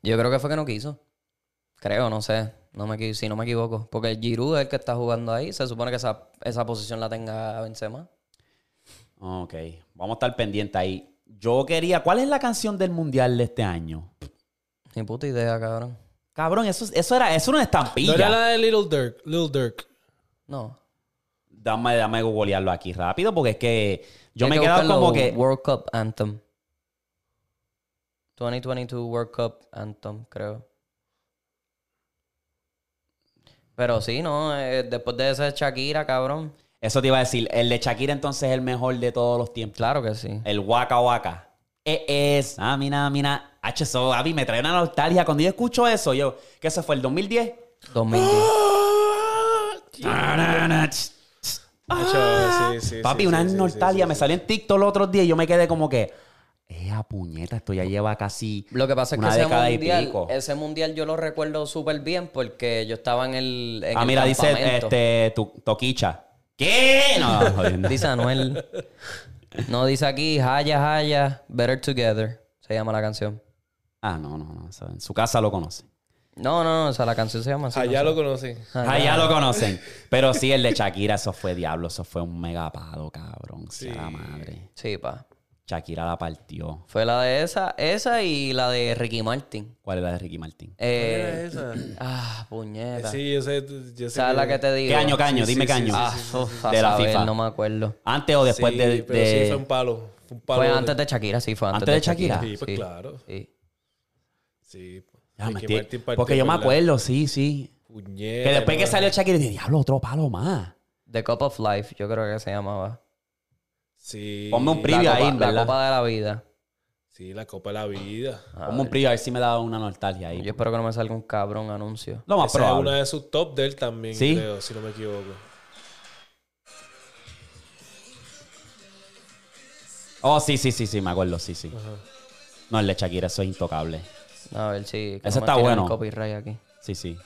Yo creo que fue que no quiso. Creo, no sé. No me, equi- si no me equivoco. Porque el Giroud es el que está jugando ahí. Se supone que esa, esa posición la tenga Benzema. Ok, vamos a estar pendiente ahí. yo quería. ¿Cuál es la canción del mundial de este año? Ni puta idea, cabrón. Cabrón, eso, eso era, eso era una No estampilla. era la de Little Dirk. Little Dirk. No. Dame, dame googlearlo aquí rápido porque es que yo me he Hay quedado buscarlo, como que. World Cup Anthem. 2022 World Cup Anthem, creo. Pero sí, ¿no? Eh, después de ese Shakira, cabrón. Eso te iba a decir. El de Shakira entonces es el mejor de todos los tiempos. Claro que sí. El Waka Waka. Eh, Es, ah, mira, mira. H, eso, Abby, me trae una nostalgia. Cuando yo escucho eso, yo, ¿qué se fue? ¿El 2010? 2010. Tarana, ch, ch. Ah, sí, sí, Papi, sí, una sí, sí, nostalgia. sí, me sí, salió en TikTok el otro día y yo me quedé como que, ¡eh, puñeta! Esto ya lleva casi. Lo que pasa es que Una ese década y mundial, pico. ese mundial yo lo recuerdo súper bien porque yo estaba en el. en ah, el mira, dice campamento. este, tu, Toquicha. ¿Qué? No, jodiendo. <laughs> Dice Anuel. No, dice aquí, Haya, Haya, Better Together. Se llama la canción. Ah, no, no, no. eso En su casa lo conocen. No, no, no, o sea, la canción se llama así. Allá no Ah, lo conocí. sé. Haya. Ah, ya lo conocen. Pero sí, el de Shakira, eso fue diablo. Eso fue un megapado, cabrón. Sea la madre. Sí, pa. Shakira la partió. Fue la de esa, esa y la de Ricky Martin. ¿Cuál era de Ricky Martín? Era Eh, esa. ah, puñeta. Sí, yo sé. Yo sé ¿Sabes la que te digo? ¿Qué año, qué año? Dime sí, qué sí, año. sí, Ah, Ah, uf, a De la saber, FIFA. No me acuerdo. Antes o después Sí, de. Pero de- sí, fue un palo. Fue un palo. Fue de- antes de Shakira, sí, fue antes, ¿Antes de Shakira? Sí, pues claro. Sí. Sí. Ya, Sí, me que estoy- Martín partió Ah, Porque yo me con la acuerdo, sí, sí. puñeta, Que después que ¿no? salió Shakira, dije, diablo, otro palo más. The Cup of Life, yo creo que se llamaba. Sí. Ponme un La Preview copa, ahí, la ¿verdad? copa de la vida. Sí, la Copa de la Vida. A Como un ver, preview, a ver si me da una nostalgia ahí. Yo espero que no me salga un cabrón anuncio. Lo más Esa es una probable. de sus top de él también, Sí. creo, si no me equivoco. Oh, sí, sí, sí, sí, me acuerdo, sí, sí. No, el de Shakira, eso es intocable. A ver si. que Ese me está tiren el bueno. copyright aquí. Sí, sí.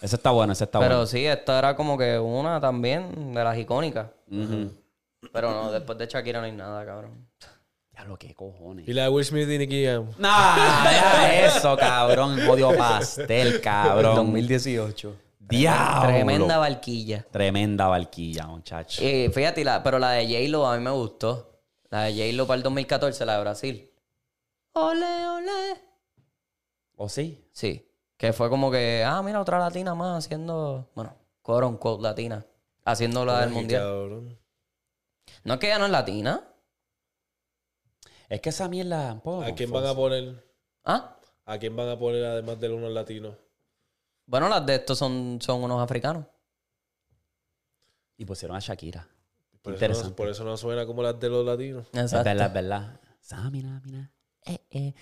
Ese está bueno, ese está Pero bueno. sí, esta era como que una también de las icónicas. Pero no, después de Shakira no hay nada, cabrón. Diablo, qué cojones. Y la de Will Smith y Nicky Jam. No, deja eso, cabrón. Jodido pastel, cabrón. 2018. Diablo. Tremenda barquilla. Tremenda barquilla, muchacho. Eh, fíjate, la- pero la de J-Lo a mí me gustó. La de J-Lo para el 2014, la de Brasil. Ole, ole. ¿O Oh, sí? Sí. Que fue como que, ah, mira, otra latina más haciendo. Bueno, quote unquote latina. Haciendo la Ah, del Ay, mundial. cabrón. No es que ella no es latina. Es que esa mierda. un poco ¿A quién van confusa. a poner? Ah, ¿A quién van a poner además de unos latinos? bueno, las de estos son, son unos africanos. Y pusieron a Shakira. Por eso, Interesante. no, por eso no suena como las de los latinos. Es verdad, es verdad. Sa, mira, mira. Eh, eh.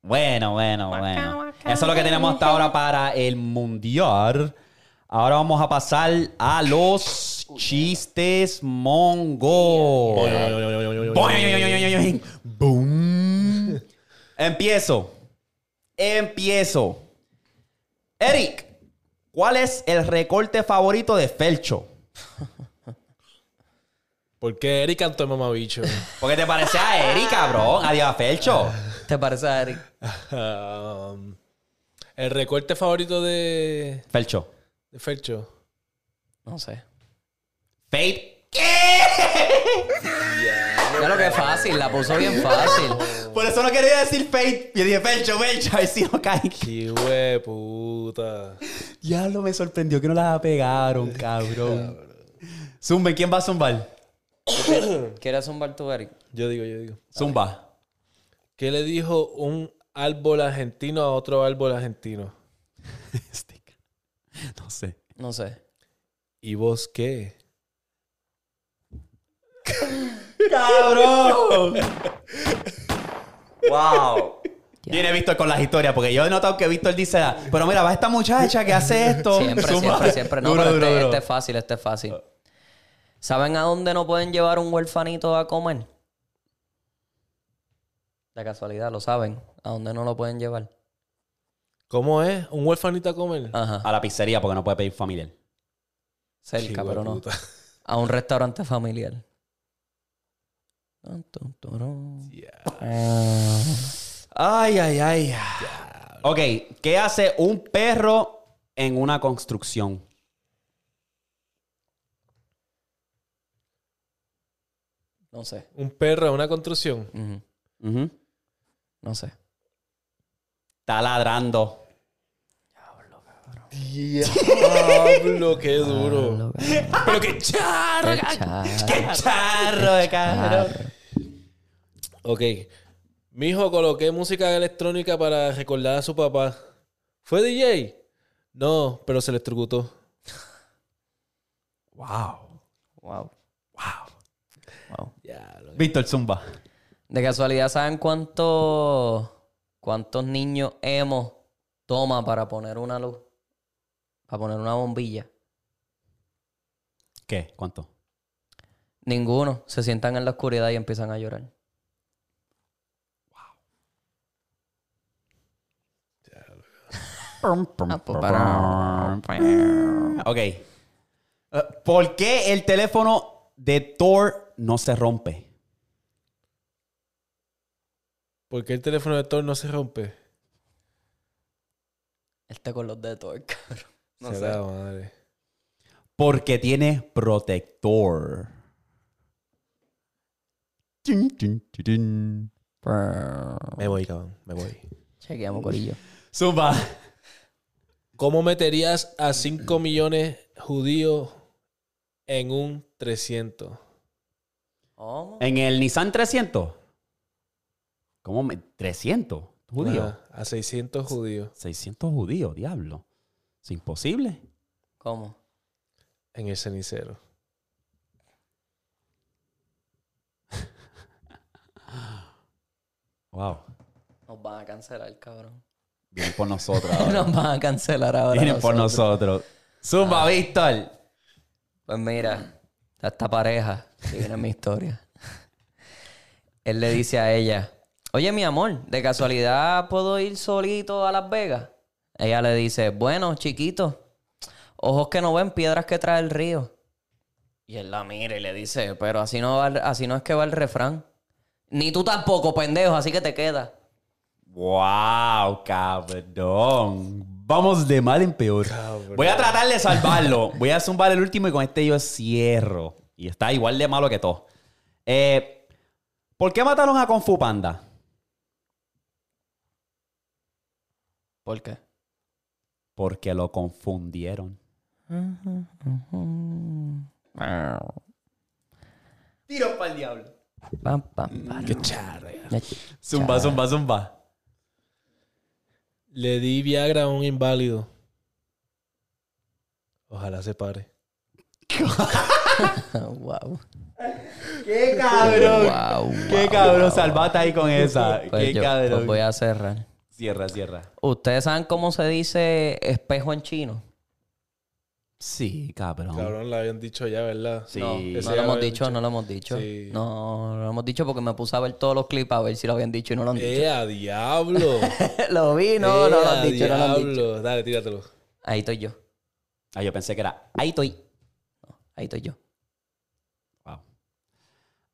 Bueno, bueno, bueno. Eso es lo que tenemos hasta ahora para el mundial. Ahora vamos a pasar a los chistes mongo. Boing. Boom. Empiezo. Empiezo. Eric, ¿cuál es el recorte favorito de Felcho? ¿Por qué Eric cantó el mamabicho? Porque te parece a Eric, cabrón. Adiós a Felcho. ¿Te parece a Eric? Um, el recorte favorito de, Felcho. de Fercho. No sé. Fate. Ya lo que es fácil, la puso <laughs> bien fácil. Por eso no quería decir Fate. Y dije, Felcho, Felcho, a ver si no cae. ¡Qué hueputa! Diablo, me sorprendió que no las pegaron, cabrón. Zumben, ¿quién va a zumbar? ¿Quieres zumbar tú, Eric? Yo digo, yo digo. Zumba. ¿Qué le dijo un árbol argentino a otro árbol argentino? Stick. No sé. No sé. ¿Y vos qué? ¡Cabrón! ¡Wow! Viene Víctor con las historias, porque yo he notado que Víctor dice, ah, pero mira, va esta muchacha que hace esto. Siempre, Oh, Zumba. siempre, siempre. No, Duro, pero duro, este, duro. este es fácil, este es fácil. ¿Saben a dónde no pueden llevar un huerfanito a comer? De casualidad, lo saben. ¿A dónde no lo pueden llevar? ¿Cómo es? ¿Un huerfanito a comer? Ajá. A la pizzería, porque no puede pedir familiar. Cerca, Qué pero <laughs> no. hueputa. A un restaurante familiar. Tun, tun, turun. Ah. Ay, ay, ay. Ok, ¿qué hace un perro en una construcción? No sé. ¿Un perro a una construcción? Ujú. Ujú. No sé. Está ladrando. Diablo, <laughs> qué duro. Pero qué charro, Qué charro. qué charro de cabrón. Ok. Mi hijo coloqué música electrónica para recordar a su papá. ¿Fue DJ? No, pero se electrocutó. Wow. Wow. Wow. Víctor Zumba. De casualidad, ¿saben cuánto, cuántos niños hemos toma para poner una luz? Para poner una bombilla. ¿Qué? ¿Cuánto? Ninguno. Se sientan en la oscuridad y empiezan a llorar. Ah, pues, Ok. Eh, ¿Por qué el teléfono de Thor no se rompe? ¿Por qué el teléfono de Thor no se rompe? Este con los de torque, cabrón. No Se sé. la madre. Porque tiene protector. Tin, tin, tin, tin. Me voy, cabrón. Me voy. Chequeamos, corillo. Zumba. ¿Cómo meterías a 5 millones judíos en un 300? ¿Cómo? En el Nissan 300. ¿Cómo? me- 300 judíos. Ajá, a 600 judíos 600 judíos, diablo. Es imposible. ¿Cómo? en el cenicero. Wow. Nos van a cancelar, cabrón. Vienen por nosotros ahora. <laughs> Nos van a cancelar <laughs> ahora. Vienen por nosotros. nosotros. Ah. Zumba, Víctor. Pues mira, a esta pareja, que viene mi historia. Él le dice a ella, oye mi amor, ¿de casualidad puedo ir solito a Las Vegas? Ella le dice, bueno, chiquito, ojos que no ven, piedras que trae el río. Y él la mira y le dice, pero así no, va el- así no es que va el refrán. Ni tú tampoco, pendejo, así que te quedas. Wow, cabrón. Vamos de mal en peor. Voy a tratar de salvarlo. Voy a zumbar el último y con este yo cierro. Y está igual de malo que todo. Eh, ¿Por qué mataron a Kung Fu Panda? ¿Por qué? Porque lo confundieron. Tiro para el diablo. Pam, pam, pam. Qué charre. <laughs> Zumba, zumba, zumba. Le di Viagra a un inválido. Ojalá se pare. wow. ¡Qué cabrón! Wow, ¡Qué wow, cabrón! wow, Salvate ahí con esa. Pues ¡Qué yo- pues cabrón! voy a cerrar. Cierra, cierra. ¿Ustedes saben cómo se dice espejo en chino? Sí, cabrón. Cabrón, la habían dicho ya, ¿verdad? Sí. No, Ese no ya lo hemos habían dicho, dicho. no lo hemos dicho. Sí. No, no lo hemos dicho porque me puse a ver todos los clips a ver si lo habían dicho y no lo han dicho. ¡Eh, a diablo! <laughs> lo vi, no, no lo han Eh, a dicho, no lo han dicho. diablo. Dale, tíratelo. Ahí estoy yo, Ah, yo pensé que era. Ahí estoy. ahí estoy yo. Wow.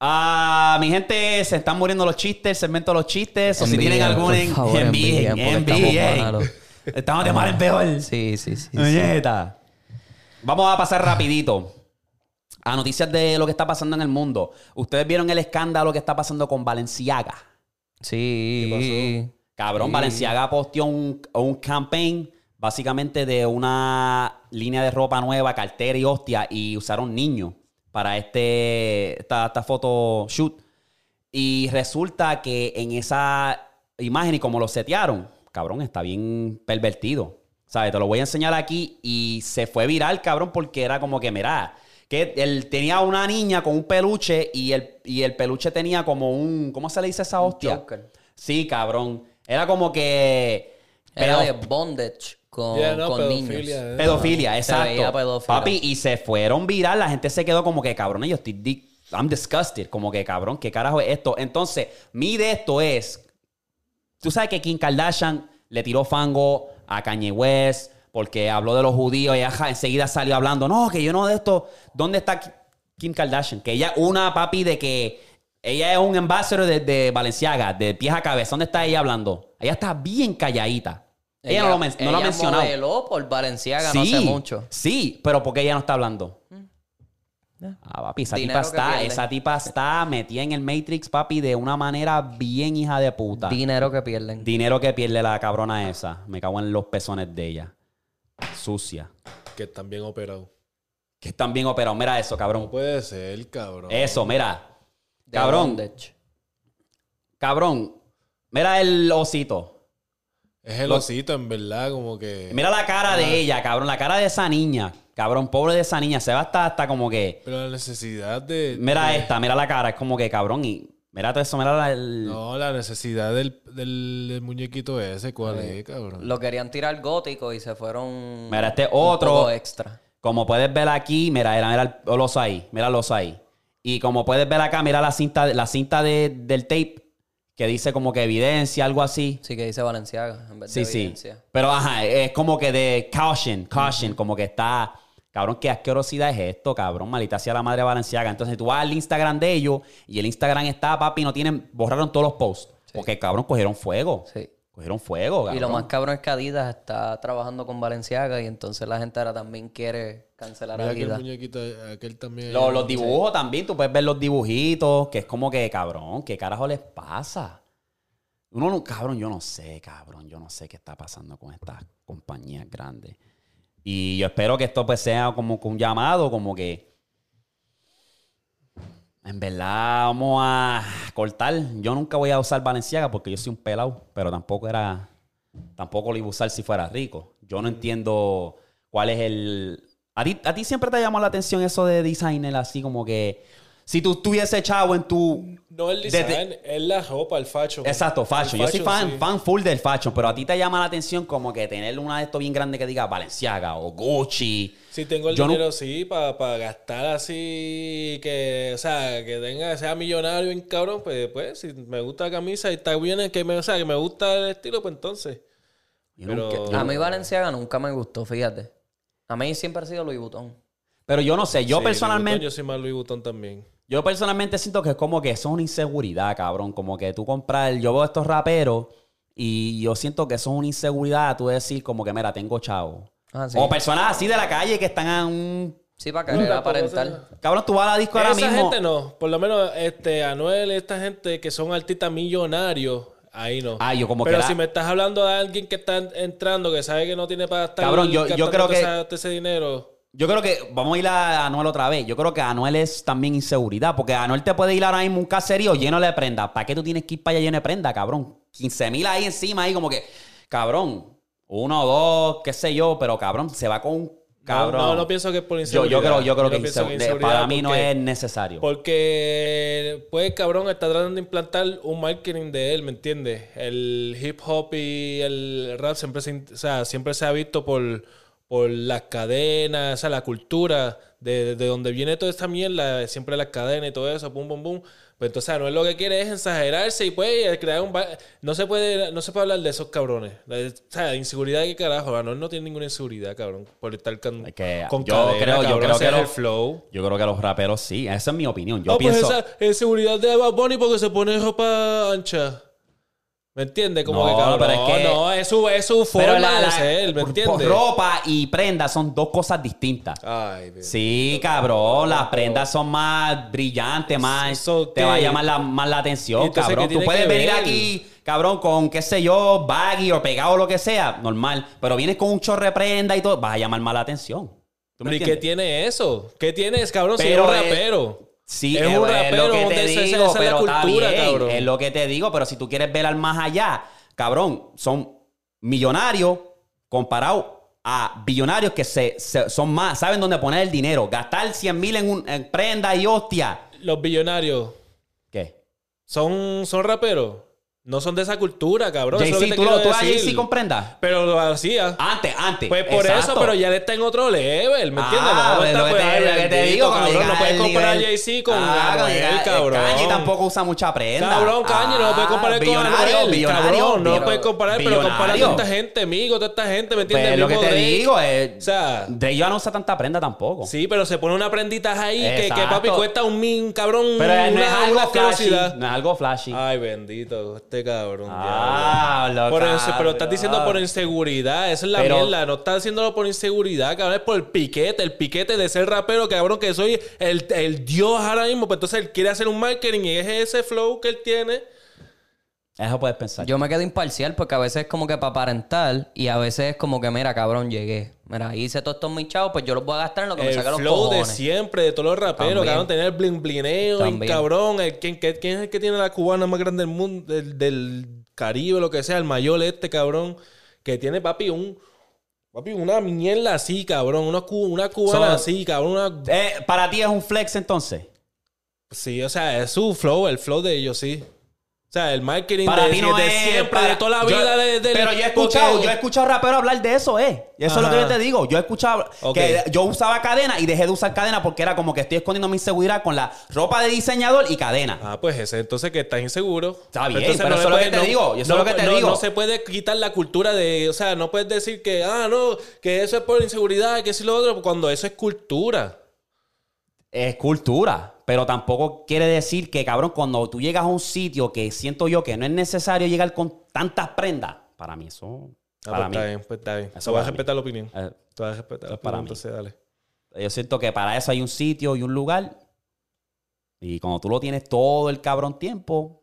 Ah, mi gente, se están muriendo los chistes, el segmento de los chistes. O si Envíen, tienen algún por favor, envíen, envíen, porque estamos envíen. malos. Estamos de mal en peor. Sí, sí, sí. sí. Puñeta. Vamos a pasar rapidito a noticias de lo que está pasando en el mundo. Ustedes vieron el escándalo que está pasando con Valenciaga. Sí. Cabrón, Valenciaga posteó un, un campaign básicamente de una línea de ropa nueva, cartera y hostia, y usaron niños para este, esta, esta foto shoot. Y resulta que en esa imagen y como lo setearon, cabrón, está bien pervertido. ¿Sabes? Te lo voy a enseñar aquí y se fue viral, cabrón, porque era como que, mira, que él tenía una niña con un peluche y el, y el peluche tenía como un, ¿cómo se le dice esa hostia? Joker. Sí, cabrón. Era como que. pedo- Era de bondage con, Ya, no, con pedofilia, niños. eh. pedofilia, Se exacto. veía pedófilo. Papi, y se fueron viral. La gente se quedó como que, cabrón, yo estoy. di- I'm disgusted. Como que, cabrón, ¿qué carajo es esto? Entonces, mi de esto es. Tú sabes que Kim Kardashian le tiró fango a Kanye West porque habló de los judíos y ajá, enseguida salió hablando. No, que yo no de esto. ¿Dónde está Ki- Kim Kardashian? Que ella, una papi de que ella es un embajador de, de Valenciaga, de pies a cabeza. ¿Dónde está ella hablando? Ella está bien calladita. Ella, no lo, men- no lo ha ella mencionado. modeló por Valenciaga no hace mucho. Sí, pero porque ella no está hablando? Ah, papi, esa Dinero tipa, que está, pierde. esa tipa está metida en el Matrix, papi, de una manera bien hija de puta. Dinero que pierden. Dinero que pierde la cabrona esa. Me cago en los pezones de ella. Sucia. Que están bien operados. Que están bien operados. Mira eso, No cabrón. puede ser, cabrón. Eso, mira. De Cabrón. bondage. Cabrón. Mira el osito. Es el osito, en verdad, como que. Mira la cara de ella, cabrón. La cara de esa niña. Cabrón, pobre de esa niña. Se va hasta, hasta como que. Pero la necesidad de. Mira de- esta, mira la cara. Es como que, cabrón. Y mira todo eso, mira la- el. No, la necesidad del, del, del muñequito ese, ¿cuál es, cabrón? Lo querían tirar gótico y se fueron. Mira, este un otro. poco extra. Como puedes ver aquí, mira, mira, mira el- los ahí, mira los ahí. Y como puedes ver acá, mira la cinta, la cinta de- del tape que dice como que evidencia, algo así. Sí, que dice Valenciaga en vez Sí, de sí. evidencia. Pero ajá, es como que de caution, caution, como que está. Cabrón, qué asquerosidad es esto, cabrón. Malita sea la madre valenciaga. Entonces tú vas al Instagram de ellos y el Instagram está, papi, no tienen, borraron todos los posts. Porque, cabrón, cogieron fuego. Sí. Cogieron fuego, cabrón. Y lo más cabrón es que Adidas está trabajando con Valenciaga y entonces la gente ahora también quiere cancelar a Mira aquel Adidas. muñequito, aquel también. Lo- los dibujos también, tú puedes ver los dibujitos, que es como que, cabrón, ¿qué carajo les pasa? Uno no, cabrón, yo no sé, cabrón, yo no sé qué está pasando con estas compañías grandes. Y yo espero que esto pues sea como que un llamado, como que... En verdad, vamos a cortar. Yo nunca voy a usar Valenciaga porque yo soy un pelado, pero tampoco era. Tampoco lo iba a usar si fuera rico. Yo no entiendo cuál es el. A ti, a ti siempre te llamó la atención eso de designer, así como que. Si tú estuviese chavo en tu. No el Desde- design, es la ropa, el fashion. Exacto, fashion. El Yo soy fan, sí. fan full del fashion, pero a ti te llama la atención como que tener una de estos bien grande que diga Valenciaga o Gucci. Si tengo el Yo no- dinero, sí, para gastar así, que, o sea, que tenga, sea millonario en cabrón, pues, pues, si me gusta la camisa y está bien, que me, o sea, que me gusta el estilo, pues entonces. Yo Pero- nunca- A mí Valenciaga nunca me gustó, fíjate. A mí siempre ha sido Louis Vuitton. pero yo no sé, yo Sí, personalmente. Louis Vuitton, yo soy más Louis Vuitton también. Yo personalmente siento que es como que eso es una inseguridad, cabrón. Como que tú comprar, yo veo a estos raperos y yo siento que eso es una inseguridad. Tú decir como que, mira, tengo chavo. Ah, sí. O personas así de la calle que están a un... Sí, para No, querer tampoco aparentar. se- Cabrón, tú vas a la disco ahora Esa mismo. gente no, por lo menos este Anuel, esta gente que son artistas millonarios, ahí no. Ah, yo como Pero que la- si me estás hablando de alguien que está en- entrando, que sabe que no tiene para estar Cabrón, yo- yo gastando creo todo que- esa- todo ese dinero. Yo creo que, vamos a ir a Anuel otra vez. Yo creo que Anuel es también inseguridad. Porque Anuel te puede ir ahora mismo a un caserío lleno de prenda. ¿Para qué tú tienes que ir para allá lleno de prenda, cabrón? 15 mil ahí encima, ahí como que, cabrón, uno, dos, qué sé yo, pero cabrón, se va con un cabrón. No, no, no pienso que es por Yo, inseguridad. yo creo, yo creo que pienso insegu- inseguridad para mí no porque- es necesario. Porque, pues, cabrón, está tratando de implantar un marketing de él, ¿me entiendes? El hip hop y el rap siempre se, o sea, siempre se ha visto por, por las cadenas, o sea, la cultura, de, de donde viene toda esta mierda, siempre las cadenas y todo eso, pum, pum, pum. Pues entonces, Anuel lo que quiere es exagerarse y, pues, crear un... ba- No se puede, no se puede hablar de esos cabrones. O sea, inseguridad, ¿qué carajo? Anuel no tiene ninguna inseguridad, cabrón, por estar con, Es que con yo cadena, creo- yo cabrón, creo ese que es lo- el flow. Yo creo que los raperos sí. Esa es mi opinión. Yo No, pienso. pues esa es seguridad de Bad Bunny porque se pone ropa ancha. ¿Me entiendes? Como No, que cabrón. pero es que- no, es su, es su pero forma la- la- de ser, ¿me por- entiendes? Ah, Ropa y prenda son dos cosas distintas. Ay, bebé. Sí, cabrón. Las prendas son más brillantes, más. Eso te qué. va a llamar la- más la atención, ¿Y entonces cabrón. qué Tú tiene puedes que venir ver? aquí, cabrón, con qué sé yo, baggy o pegado o lo que sea, normal. Pero vienes con un chorre de prenda y todo, vas a llamar más la atención. ¿Tú me Pero ¿y qué entiendes? tiene eso? ¿Qué tiene es cabrón? Pero si es es- un rapero. Sí, Es es, un es rapero, lo que un te des- esa- digo, esa es la pero está cultura, bien, cabrón. Es lo que te digo, pero si tú quieres ver al más allá, cabrón, son millonarios comparados a billonarios que se, se- son más, saben dónde poner el dinero. Gastar 100 mil en, un- en prenda y hostia. Los billonarios ¿Qué? son, son raperos. No son de esa cultura, cabrón. Eso es lo Jay-Z, que te tú, lo- quiero tú a decir. Jay-Z con prenda. Pero lo hacía. Antes, antes. Pues por Ah, Exacto. eso, pero ya le está en otro level, ¿me Ah, entiendes? No, no pues está, lo que pues, te- ay, lo que te bendito, digo, cuando cabrón, llega no puedes el comparar a nivel- Jay-Z con Ah, cuando Anuel, llega- cabrón. Kanye tampoco usa mucha prenda. Cabrón, Kanye, no lo puedes comparar con Ah, billonario, Anuel. billonario, Cabrón, no billo- lo puedes comparar, pero compara a billonario. toda esta gente, amigo, toda esta gente, ¿me entiendes? Pero El Pues, lo que te mismo Drake. digo es... O sea, De ellos no usa tanta prenda tampoco. sí, pero se pone una prendita ahí que, que Exacto. papi cuesta un min, cabrón. Pero eh, no es una- Ah. algo una flashy. asquerosidad. No es algo flashy. Ay, bendito. Este este cabrón. Ah, lo diablo. Por inse- pero estás cabrón. diciendo por inseguridad. Esa es la Pero- mierda. No estás haciéndolo por inseguridad, cabrón. Es por el piquete. El piquete de ser rapero, cabrón, que soy el, el dios ahora mismo. Pues entonces él quiere hacer un marketing y es ese flow que él tiene. Eso puedes pensar. Yo me quedo imparcial porque a veces es como que para aparentar y a veces es como que, mira, cabrón, llegué. Mira, hice todos estos michados, pues yo los voy a gastar en lo que me El saca los flow de cojones. siempre, de todos los raperos, También. cabrón. Tener el bling blineo, el También. cabrón. El, ¿quién, qué- quién es el que tiene la cubana más grande del mundo? Del, del Caribe, lo que sea. El mayor este, cabrón. Que tiene, papi, un... Papi, una mierda así, cabrón. Una, cu- una cubana So- así, cabrón. Una Eh, para ti es un flex entonces. Sí, o sea, es su flow, el flow de ellos, sí. O sea, el marketing Para de, ti no de es siempre, para- de toda la yo- vida. de, del- pero yo he escuchado, porque- yo he escuchado raperos hablar de eso, eh. Y eso es lo que yo Ajá. te digo. Yo he escuchado Ok. que yo usaba cadena y dejé de usar cadena porque era como que estoy escondiendo mi inseguridad con la ropa de diseñador y cadena. Ah, pues ese entonces que estás inseguro. Está bien, Entonces, pero le eso es lo que puedes- te digo, y eso es lo que te no- digo. No se puede quitar la cultura de... O sea, no puedes decir que, ah, no, que eso es por inseguridad, que eso y lo otro, cuando eso es cultura. Ah, Es cultura. Pero tampoco quiere decir que, cabrón, cuando tú llegas a un sitio que siento yo que no es necesario llegar con tantas prendas. Para mí, eso. Ah, para pues mí. está bien, pues está bien. Eso Te voy a para mí. respetar la opinión. Eh, Te voy a respetar la es para opinión, mí. entonces dale. Yo siento que para eso hay un sitio y un lugar. Y cuando tú lo tienes todo el cabrón tiempo.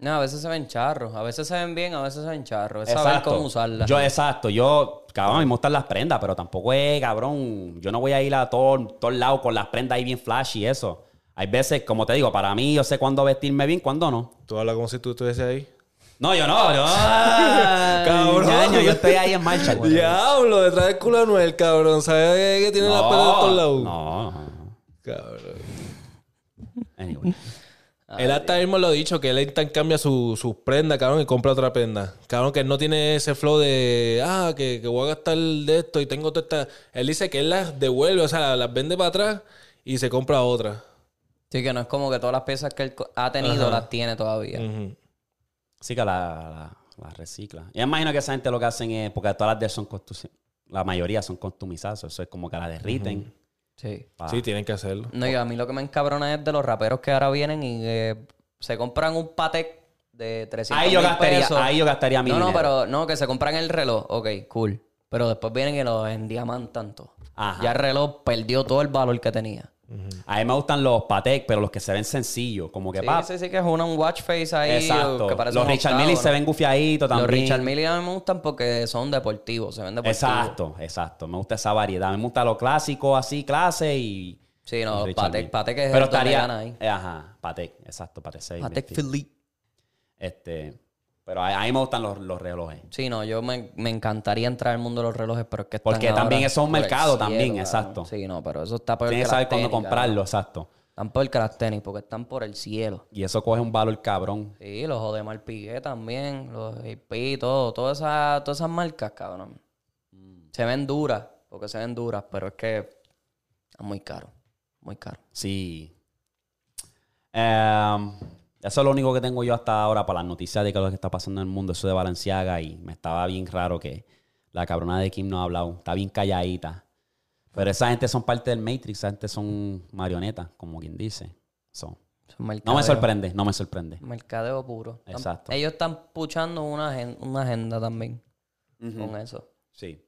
No, a veces se ven charros, a veces se ven bien, a veces se ven charros. Es saber Exacto. cómo usarlas. Yo, exacto. Yo, cabrón, a mí me gustan las prendas, pero tampoco es, cabrón. Yo no voy a ir a todo- todos lados con las prendas ahí bien flashy y eso. Hay veces, como te digo, para mí yo sé cuándo vestirme bien, cuándo no. Tú hablas como si tú estuvieses ahí. No, yo no, <laughs> yo. Cabrón. yo estoy ahí en marcha, güey. Diablo, detrás del culo de Anuel, cabrón. ¿Sabes que tiene la pata de todos No, lados? no, no. Cabrón. Anyway. Él Ah, hasta mismo lo ha dicho, que él tan cambia su, su prenda, cabrón, y compra otra prenda. Cabrón, que él no tiene ese flow de, ah, que, que voy a gastar de esto y tengo toda esta... Él dice que él las devuelve, o sea, las, vende para atrás y se compra otra. Sí, que no es como que todas las piezas que él co- ha tenido Ajá. las tiene Mm. todavía. Ujú. Sí que la, la, la recicla. Yo imagino que esa gente lo que hacen es, porque todas las de son costu- la mayoría son costumizazos, eso es como que la derriten. Sí. pa. Sí, tienen que hacerlo. No, y a mí lo que me encabrona es de los raperos que ahora vienen y eh, se compran un patek de 300 ahí yo mil gastaría, pesos. ahí yo gastaría mi No, no, dinero. pero no, que se compran el reloj. Ok, cool. Pero después vienen y lo endiamantan todo. Ajá. Ya el reloj perdió todo el valor que tenía. A mí me gustan los Patek, pero los que se ven sencillos, como que Sí, pa. sí, sí, que es una, un watch face ahí. Exacto. Que parece Los un Richard octavo, Millie ¿no? se ven gufiaditos Los también. Richard pues, Millie a mí me gustan porque son deportivos, se ven deportivos. Exacto, exacto. Me gusta esa variedad. Me gusta lo clásico, así, clase y. Sí, no, los los Richard Patek, Mille. Patek es Pero donde estaría. eh, gana ahí. Ajá, Patek, exacto, Patek seis, Patek vestido. Philippe. Este. Pero a, a mí me gustan los, los relojes. Sí, no, yo me, me encantaría entrar al mundo de los relojes, pero es que están Porque ahora también eso es un por el mercado cielo, también, cabrón. exacto. Sí, no, pero eso está por el Tienes que saber cuándo comprarlo, exacto. Están por el que las tenis, porque están por el cielo. Y eso coge un valor cabrón. Sí, los Odemar Piguet también, los IP, todo, todas esas, todas esas marcas, cabrón. Mm. Se ven duras, porque se ven duras, pero es que es muy caro, muy caro. Sí. Em, eso es lo único que tengo yo hasta ahora para las noticias de que lo que está pasando en el mundo, eso de Balenciaga. Y me estaba bien raro que la cabrona de Kim no ha hablado. Está bien calladita. Pero esa gente son parte del Matrix, esa gente son marionetas, como quien dice. So, Eso es mercadeo, no me sorprende, no me sorprende. Mercadeo puro. Están- Exacto. ellos están puchando una, agen- una agenda también con eso. Sí.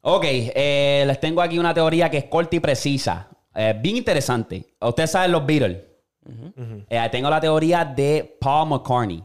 Ok, eh, les tengo aquí una teoría que es corta y precisa. Eh, bien interesante. Ustedes saben los Beatles. Eh, tengo la teoría de Paul McCartney.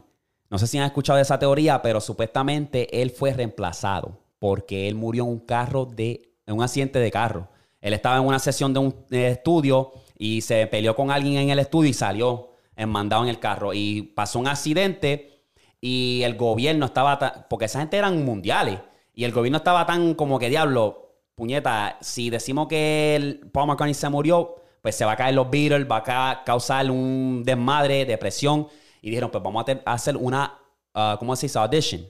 No sé si han escuchado de esa teoría, pero supuestamente él fue reemplazado porque él murió en un carro de en un accidente de carro. Él estaba en una sesión de un eh, estudio y se peleó con alguien en el estudio y salió eh, mandado en el carro y pasó un accidente y el gobierno estaba ta- porque esa gente eran mundiales y el gobierno estaba tan como que diablo puñeta si decimos que el Paul McCartney se murió pues se va a caer los Beatles va a ca- causar un desmadre depresión y dijeron pues vamos a te- a hacer una ah, cómo se dice audition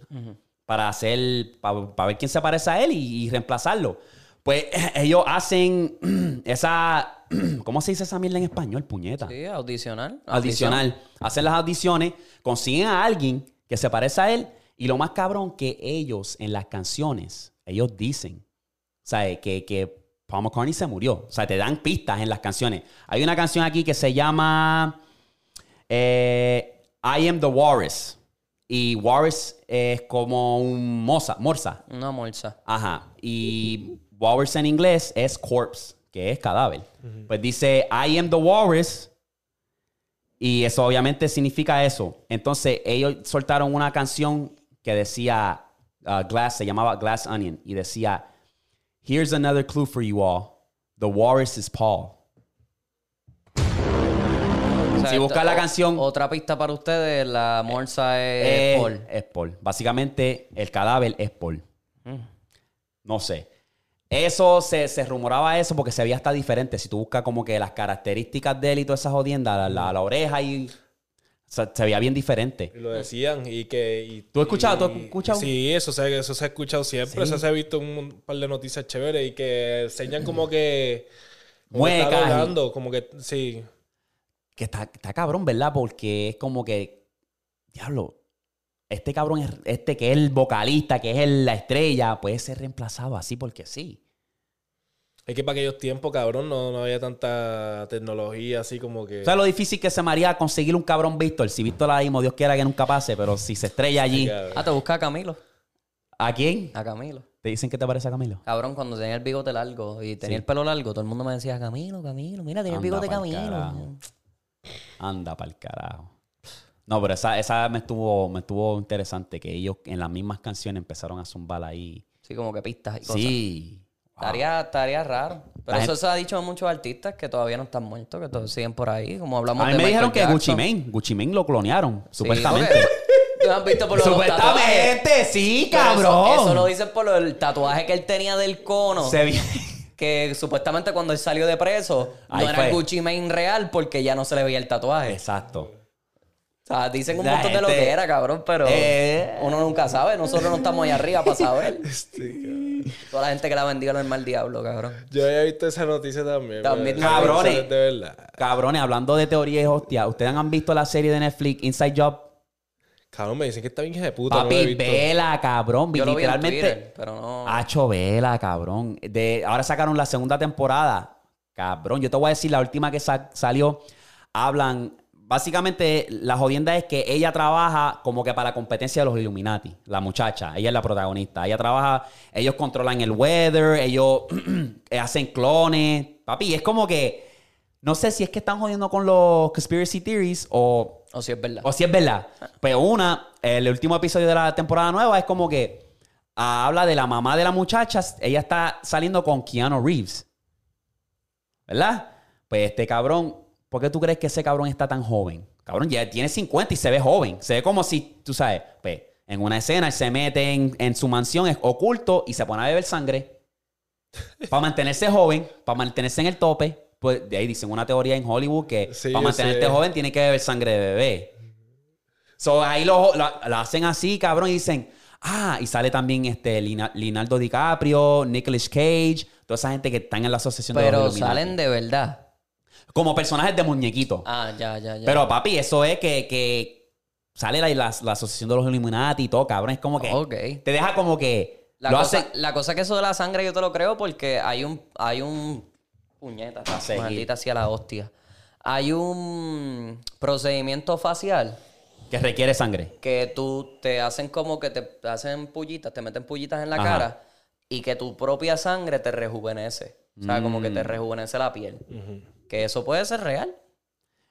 para hacer para ver quién se parece a él y, y reemplazarlo pues <laughs> ellos hacen <clears throat> esa cómo se dice esa mierda en español puñeta Sí, audicional. adicional. Hacen las audiciones, consiguen a alguien que se parece a él. Y lo más cabrón que ellos en las canciones, ellos dicen, ¿sabes? Que, que Paul McCartney se murió. O sea, te dan pistas en las canciones. Hay una canción aquí que se llama eh, I am the Walrus. Y Walrus es como un moza, morsa. Una morsa. Ajá. Y Walrus en inglés es corpse, que es cadáver. Pues dice, I am the Walrus. Y eso obviamente significa eso. Entonces ellos soltaron una canción que decía, uh, Glass, se llamaba Glass Onion. Y decía, Here's another clue for you all. The Walrus is Paul. O sea, Si buscas la o- canción- Otra pista para ustedes, la morsa es Eh, Paul. es Paul. Básicamente, el cadáver es Paul. Mm. No sé. Eso se, se rumoraba eso porque se veía hasta diferente. Si tú buscas como que las características de él y todas esas jodiendas, la, la- la oreja y. Se, se veía bien diferente. Y Lo decían y que... y- ¿Tú has escuchado? y- ¿Tú has escuchado? Sí, eso, se- eso se ha escuchado siempre. Sí. Eso se ha visto un, un par de noticias chéveres y que enseñan como que... como que está Muecas. y- volando, como que... Sí. que está, está cabrón, ¿verdad? Porque es como que. Diablo. Este cabrón, es- este que es el vocalista, que es el- la estrella, puede ser reemplazado así porque sí. Es que para aquellos tiempos, cabrón, no, no había tanta tecnología así como que... ¿Sabes lo difícil que se me haría conseguir un cabrón Víctor? Si Víctor la dimos, Dios quiera que nunca pase, pero si se estrella allí. Cabrón. Ah, te busca a Camilo. ¿A quién? A Camilo. ¿Te dicen que te parece a Camilo? Cabrón, cuando tenía el bigote largo y Sí. tenía el pelo largo, todo el mundo me decía, Camilo, Camilo, mira, tiene el Anda bigote pa'l Camilo. carajo. Anda pa'l carajo. No, pero esa, esa me estuvo, me estuvo interesante que ellos en las mismas canciones empezaron a zumbar ahí. Sí, como que pistas y cosas. Sí. Wow. Estaría, estaría raro. Pero La eso gente- se ha dicho de muchos artistas que todavía no están muertos, que todos siguen por ahí. Como hablamos A mí de me Michael dijeron que Jackson. Gucci Mane, Gucci Mane lo clonearon, Sí, supuestamente. porque- ¿Tú has visto por lo de los tatuajes? Supuestamente, sí, Pero eso- cabrón. Eso, lo dicen por lo del tatuaje que él tenía del cono. Se vi- <laughs> Que supuestamente cuando él salió de preso, Ahí no era fue. el Gucci Mane real porque ya no se le veía el tatuaje. Exacto. O sea, dicen un La montón de lo gente- que era, cabrón, pero Eh. uno nunca sabe. Nosotros no estamos allá arriba para saber. Toda la gente que la bendiga lo es mal diablo, cabrón. Este, Yo había visto esa noticia también. También, pero- cabrones. De verdad. Cabrones, hablando de teorías, hostia, ¿ustedes han visto la serie de Netflix Inside Job? Cabrón, me dicen que está bien hija de puta. no lo he Papi, visto. vela, cabrón. Yo lo vi en Literalmente. Twitter, pero no... Hacho Vela, Ah, cabrón. De, ahora sacaron la segunda temporada. Cabrón, yo te voy a decir, la última que sa- salió, hablan. Básicamente, la jodienda es que ella trabaja como que para la competencia de los Illuminati, la muchacha. Ella es la protagonista. Ella trabaja, ellos controlan el weather, ellos <clears throat> hacen clones. Papi, es como que. No sé si es que están jodiendo con los conspiracy theories o O si es verdad. o si es verdad. Pero una, el último episodio de la temporada nueva es como que ah, habla de la mamá de la muchacha. Ella está saliendo con Keanu Reeves. ¿Verdad? Pues este cabrón, ¿por qué tú crees que ese cabrón está tan joven? Cabrón, ya tiene 50 y se ve joven. Se ve como si, tú sabes, pues en una escena él se mete en, en su mansión es oculto y se pone a beber sangre. Para mantenerse joven, para mantenerse en el tope. Pues de ahí dicen una teoría en Hollywood que Sí, para yo mantenerte sé. joven tiene que beber sangre de bebé. So, ahí lo, la- la hacen así, cabrón, y dicen, ah, y sale también este Lina- Leonardo DiCaprio, Nicolas Cage, toda esa gente que están en la asociación de Pero los Illuminati. salen de verdad. Como personajes de muñequito. Ah, ya, ya, ya. Pero papi, eso es que, que sale la, la- la asociación de los Illuminati y todo, cabrón, es como que Ok. te deja como que La, lo cosa, hacen... la cosa que eso de la sangre yo te lo creo porque hay un... Hay un... Puñeta. seguir. Maldita sea la hostia. Hay un procedimiento facial que requiere sangre. que tú te hacen como que te hacen pullitas, te meten pullitas en la Ajá. cara y que tu propia sangre te rejuvenece. O sea, como que Mm. te rejuvenece la piel. Que eso puede ser real.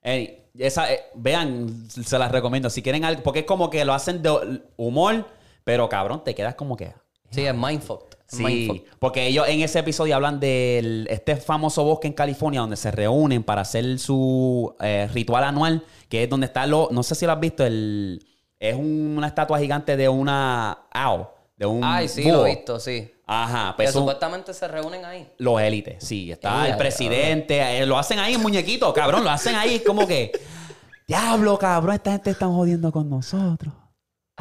Ey, esa, eh, vean, se las recomiendo. Si quieren algo, porque es como que lo hacen de humor, pero cabrón, te quedas como que... Sí, es mindfucked. es mindfucked. Sí, porque ellos en ese episodio hablan de este famoso bosque en California donde se reúnen para hacer su eh, ritual anual, que es donde está lo, no sé si lo has visto, el, es un- una estatua gigante de una owl, de un Ay, sí, búho. lo he visto, sí. Ajá, Que pues un- supuestamente se reúnen ahí. los élites, sí, está Ya, el ya, presidente, eh, lo hacen ahí muñequito, cabrón, lo hacen ahí es como <laughs> que, diablo, cabrón, esta gente está jodiendo con nosotros.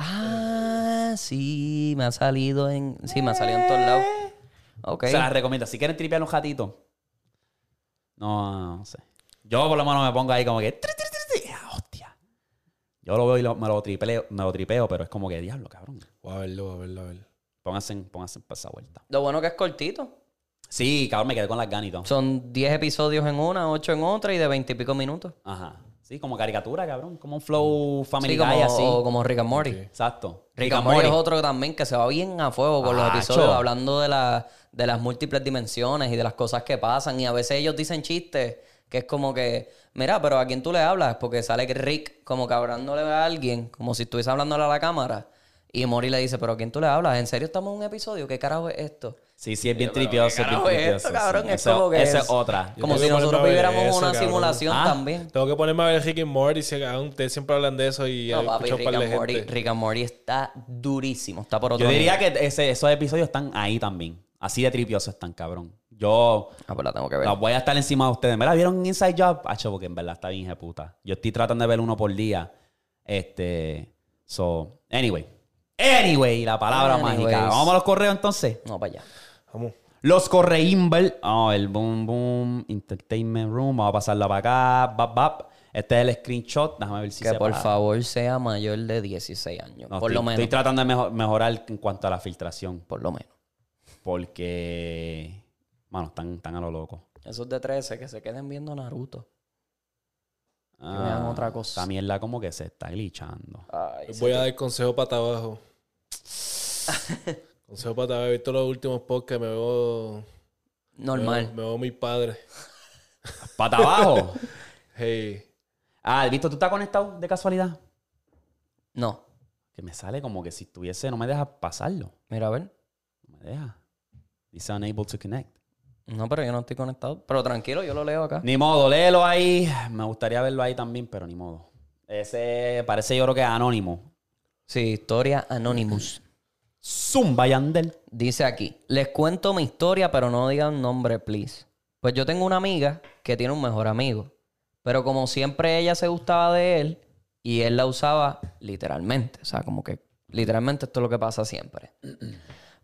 Ah, sí, me ha salido en. Sí, me ha salido en todos lados. Ok. Se las recomiendo. Si quieren tripear un gatito. No, no sé. Yo por lo menos me pongo ahí como que. "Tri, tri, tri, tri". Ah, hostia. Yo lo veo y lo- me, lo tripeo, me lo tripeo, pero es como que diablo, cabrón. Voy a verlo, voy a verlo, voy a verlo. Pónganse, pónganse para esa vuelta. Lo bueno que es cortito. Sí, cabrón, me quedé con las ganas y todo. Son 10 episodios en una, 8 en otra y de 20 y pico minutos. Ajá. Sí, como caricatura, cabrón. Como un flow Sí, familiar como, así. o como Rick and Morty. Ok. Exacto. Rick Rick and and Morty es Morty. otro también que se va bien a fuego con los Acho. episodios, hablando de, la- de las múltiples dimensiones y de las cosas que pasan. Y a veces ellos dicen chistes que es como que, mira, pero ¿a quién tú le hablas? Porque sale que Rick como que hablándole a alguien, como si estuviese hablándole a la cámara. Y Mori le dice, pero ¿a quién tú le hablas? ¿En serio estamos en un episodio? ¿Qué carajo es esto? Sí, sí, es bien Yo, pero, tripioso. ¿qué es bien carajo es tripioso, esto, cabrón? sí. Es Esa- como que Esa es- es otra. Como tengo si que ponerme nosotros a ver viviéramos eso, una cabrón. simulación Ah. también. Tengo que ponerme a ver Rick and Morty. Se- aún Ustedes siempre hablan de eso y No, he papi, escuchado Rick par de and, Morty, gente. Rick and Morty está durísimo. Está por otro Yo diría nivel. que ese- esos episodios están ahí también. Así de tripiosos están, cabrón. Yo Ah, pues la tengo que ver. los voy a estar encima de ustedes. ¿Verdad? ¿Vieron Inside Job? Hacho, porque en verdad está bien, puta. Yo estoy tratando de ver uno por día. Este. So, anyway. Anyway, la palabra Anyways. mágica. Vamos a los correos entonces. No, para allá. Vamos. Los Correimbel. Oh, el Boom Boom Entertainment Room. Vamos a pasarla para acá. Bap, bap. Este es el screenshot. Déjame ver si que se por para. favor sea mayor de 16 años. No, por estoy, lo menos. Estoy tratando de mejo- mejorar en cuanto a la filtración. Por lo menos. Porque. Mano, están, están a lo loco. Esos de 13 que se queden viendo Naruto. vean otra cosa. Ah, Esta mierda como que se está glitchando. Ay, Les Pues se- voy a dar consejo para abajo. <laughs> consejo para abajo. He visto los últimos podcasts. Me veo. Me veo, Normal. me veo mi padre. ¡Pata abajo! Hey. ah, Vito, ¿tú estás conectado de casualidad? No. Que me sale como que si estuviese, no me deja pasarlo. Mira, a ver. No me deja. Dice unable to connect. No, pero yo no estoy conectado. Pero tranquilo, yo lo leo acá. Ni modo, léelo ahí. Me gustaría verlo ahí también, pero ni modo. Ese parece yo creo que es anónimo. Sí, historia Anonymous. Zumba Yandel. Dice aquí, les cuento mi historia, pero no digan nombre, please. Pues yo tengo una amiga que tiene un mejor amigo, pero como siempre ella se gustaba de él y él la usaba literalmente, o sea, como que literalmente esto es lo que pasa siempre. <clears throat>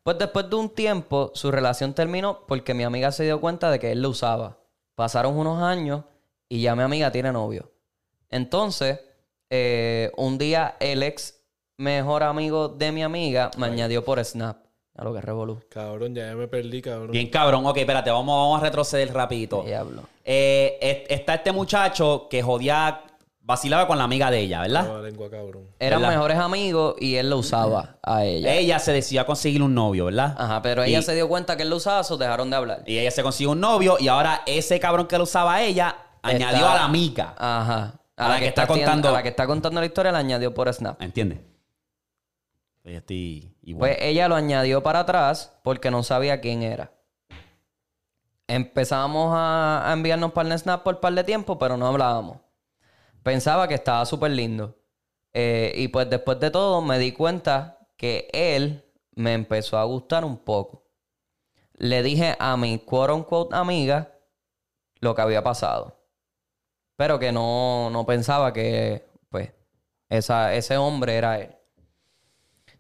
Pues después de un tiempo su relación terminó porque mi amiga se dio cuenta de que él la usaba. Pasaron unos años y ya mi amiga tiene novio. Entonces, eh, un día el ex mejor amigo de mi amiga me añadió por Snap. A lo que revolú. Cabrón, ya me perdí, cabrón. Bien cabrón. Ok, espérate, vamos, vamos a retroceder rapidito. Diablo. Eh, es- está este muchacho que jodía, vacilaba con la amiga de ella, ¿verdad? Ah, lengua, cabrón. Eran ¿Verdad? mejores amigos y él lo usaba a ella. Ella se decidió a conseguir un novio, ¿verdad? Ajá, pero ella Y- se dio cuenta que él lo usaba, so dejaron de hablar. Y ella se consiguió un novio y ahora ese cabrón que lo usaba a ella Está- añadió a la amiga. Ajá. A la que está haciendo- contando- A la que está contando la historia la añadió por Snap. ¿Entiendes? Pues Yo estoy igual. Pues ella lo añadió para atrás porque no sabía quién era. Empezamos a, a enviarnos para el Snap por un par de tiempo, pero no hablábamos. Pensaba que estaba súper lindo. Eh, y pues después de todo me di cuenta que él me empezó a gustar un poco. Le dije a mi quote unquote amiga lo que había pasado. Pero que no, no pensaba que pues esa- ese hombre era él.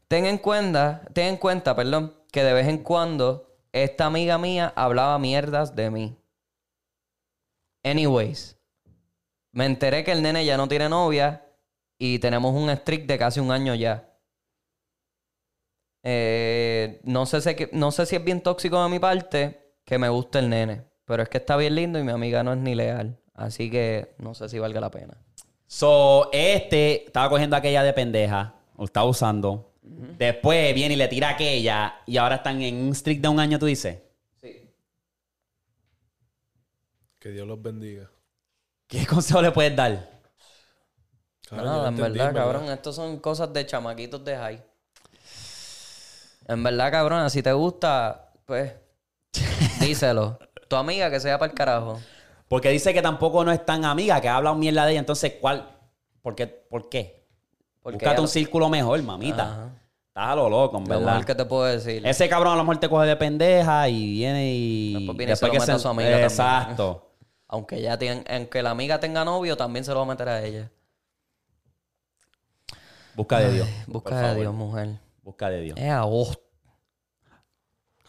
Ten en cuenta, ten en cuenta, perdón, que de vez en cuando esta amiga mía hablaba mierdas de mí. Anyways, me enteré que el nene ya no tiene novia y tenemos un streak de casi un año ya. Eh, no, sé si, no sé si es bien tóxico de mi parte que me guste el nene, pero es que está bien lindo y mi amiga no es ni leal, así que no sé si valga la pena. So, este estaba cogiendo aquella de pendeja, o estaba usando. Después viene y le tira aquella, y ahora están en un streak de un año, tú dices. Que Dios los bendiga. ¿Qué <laughs> consejo le puedes dar? yo Nada, no en entendí, verdad, cabrón, estos son cosas de chamaquitos de high. En verdad, cabrón, si te gusta, <laughs> pues díselo. Tu amiga que sea para el carajo. Porque dice que tampoco no es tan amiga, que habla mierda de ella. Entonces, ¿cuál? ¿Por qué? ¿Por qué? Porque Búscate ella- un círculo mejor, mamita. Ajá. Estás a lo loco, en Lo verdad. mejor que te puedo decir. Ese cabrón a lo mejor te coge de pendeja y viene y. Después viene y se lo mete a su amiga también. Exacto. Aunque ya tengan, aunque la amiga tenga novio, también se lo va a meter a ella. Busca de Dios. por Busca a favor. Dios, mujer. Busca de Dios. Es a hostia.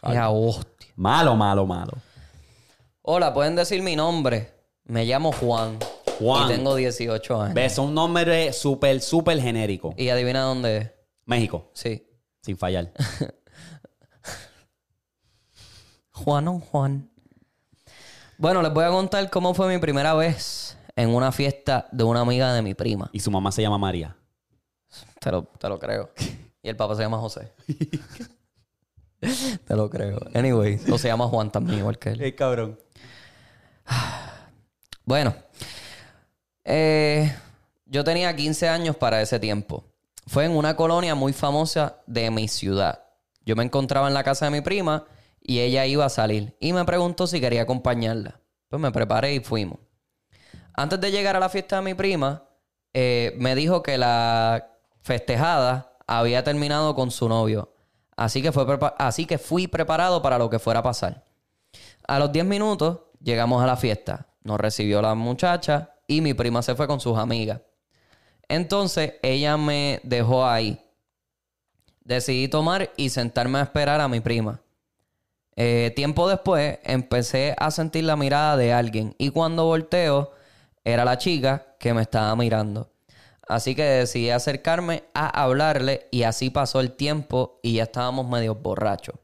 Es a hostia. Malo, malo, malo. Hola, pueden decir mi nombre. Me llamo Juan. Juan. Y tengo 18 años. Ves, un nombre súper, súper genérico. Y adivina dónde es. México, Sí. sin fallar. Juan o Juan. Bueno, les voy a contar cómo fue mi primera vez en una fiesta de una amiga de mi prima. Y su mamá se llama María. Te lo, te lo creo. Y el papá se llama José. te lo creo. Anyway, o se llama Juan también, igual que él. El cabrón. Bueno, eh, yo tenía 15 años para ese tiempo. Fue en una colonia muy famosa de mi ciudad. Yo me encontraba en la casa de mi prima y ella iba a salir y me preguntó si quería acompañarla. Pues me preparé y fuimos. Antes de llegar a la fiesta de mi prima, eh, me dijo que la festejada había terminado con su novio. Así que, fue prepa- así que fui preparado para lo que fuera a pasar. A los 10 minutos llegamos a la fiesta. Nos recibió la muchacha y mi prima se fue con sus amigas. Entonces ella me dejó ahí. Decidí tomar y sentarme a esperar a mi prima. Eh, tiempo después empecé a sentir la mirada de alguien y cuando volteo era la chica que me estaba mirando. Así que decidí acercarme a hablarle y así pasó el tiempo y ya estábamos medio borrachos.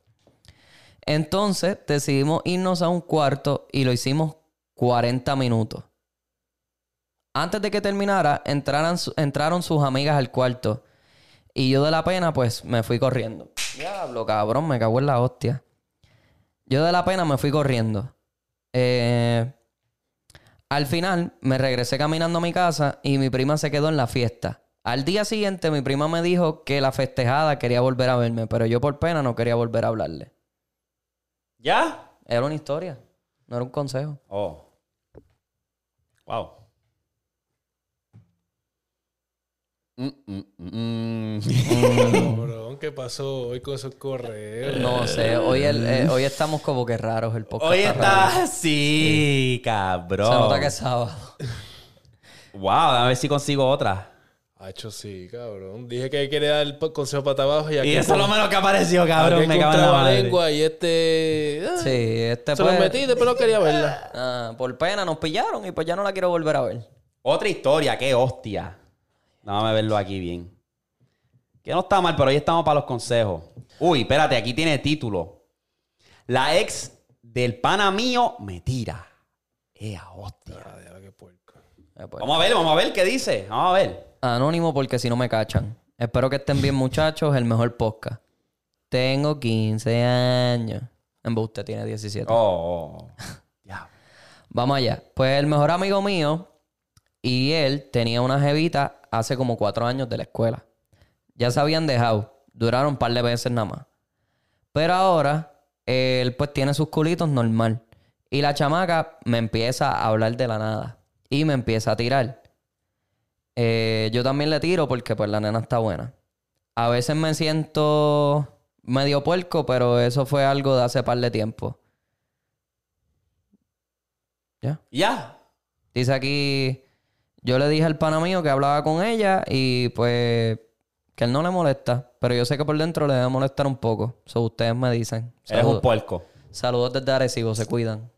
Entonces decidimos irnos a un cuarto y lo hicimos 40 minutos. Antes de que terminara, entraran su- entraron sus amigas al cuarto. Y yo de la pena, pues me fui corriendo. Diablo, cabrón, me cago en la hostia. Yo de la pena me fui corriendo. Eh, al final me regresé caminando a mi casa y mi prima se quedó en la fiesta. Al día siguiente mi prima me dijo que la festejada quería volver a verme, pero yo por pena no quería volver a hablarle. ¿Ya? Era una historia, no era un consejo. Oh. Wow. Mm, mm, mm, mm. <laughs> Cabrón, ¿qué pasó hoy con esos correos? No sé, hoy, el- eh, hoy estamos como que raros el podcast. Hoy raro. está sí, Se nota cabrón. que <laughs> es sábado. Wow, a ver si consigo otra. Hacho, sí, cabrón. Dije que quería dar el po- consejo para abajo y aquí. Y eso es lo menos que apareció, cabrón. Cabrón, Me cago en la madre. lengua y este. ah, Sí, este Se lo pues, metí y después no quería <laughs> verla. ah, por pena nos pillaron y pues ya no la quiero volver a ver. Otra historia, qué hostia. Vamos a verlo aquí bien. Que no está mal, pero hoy estamos para los consejos. Uy, espérate, aquí tiene título. La ex del pana mío me tira. Ea, hostia. Ah, diablo, qué puerco. Eh, pues, Vamos a ver, vamos a ver qué dice. Vamos a ver. Anónimo porque si no me cachan. Espero que estén bien muchachos, el mejor podcast. Tengo 15 años. En usted tiene 17. Oh, oh. Ya. Vamos allá. Pues el mejor amigo mío y él tenía una jevita hace como cuatro años de la escuela. Ya se habían dejado. Duraron un par de veces nada más. Pero ahora él pues tiene sus culitos normal. Y la chamaca me empieza a hablar de la nada. Y me empieza a tirar. Eh, yo también le tiro porque pues la nena está buena. A veces me siento medio puerco, pero eso fue algo de hace par de tiempo. ¿Ya? Ya. Dice aquí, yo le dije al pana mío que hablaba con ella y pues que él no le molesta, pero yo sé que por dentro le debe molestar un poco. So, ustedes me dicen. Eres un Saludos, puerco. Saludos desde Arecibo, se cuidan.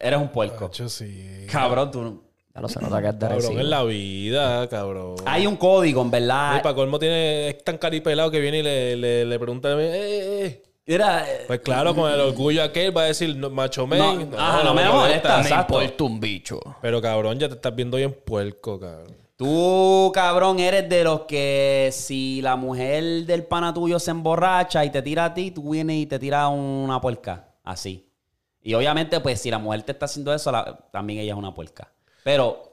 Eres un puerco. Hacho, sí. Cabrón, tú. Ya lo se nota que es de Cabrón, Arecibo. es la vida, cabrón. Hay un código, en Y verdad. para colmo tiene, es tan caripelado que viene y le, le, le pregunta a mí, eh, eh, eh. Era. Pues claro, con el orgullo aquel va a decir no, macho men. No, ajá, no me molesta, exacto. un bicho. Pero cabrón, ya te estás viendo bien puerco, cabrón. Tú, cabrón, eres de los que si la mujer del pana tuyo se emborracha y te tira a ti, tú vienes y te tiras una puerca. Así. Y obviamente, pues, si la mujer te está haciendo eso, la- también ella es una puerca. Pero,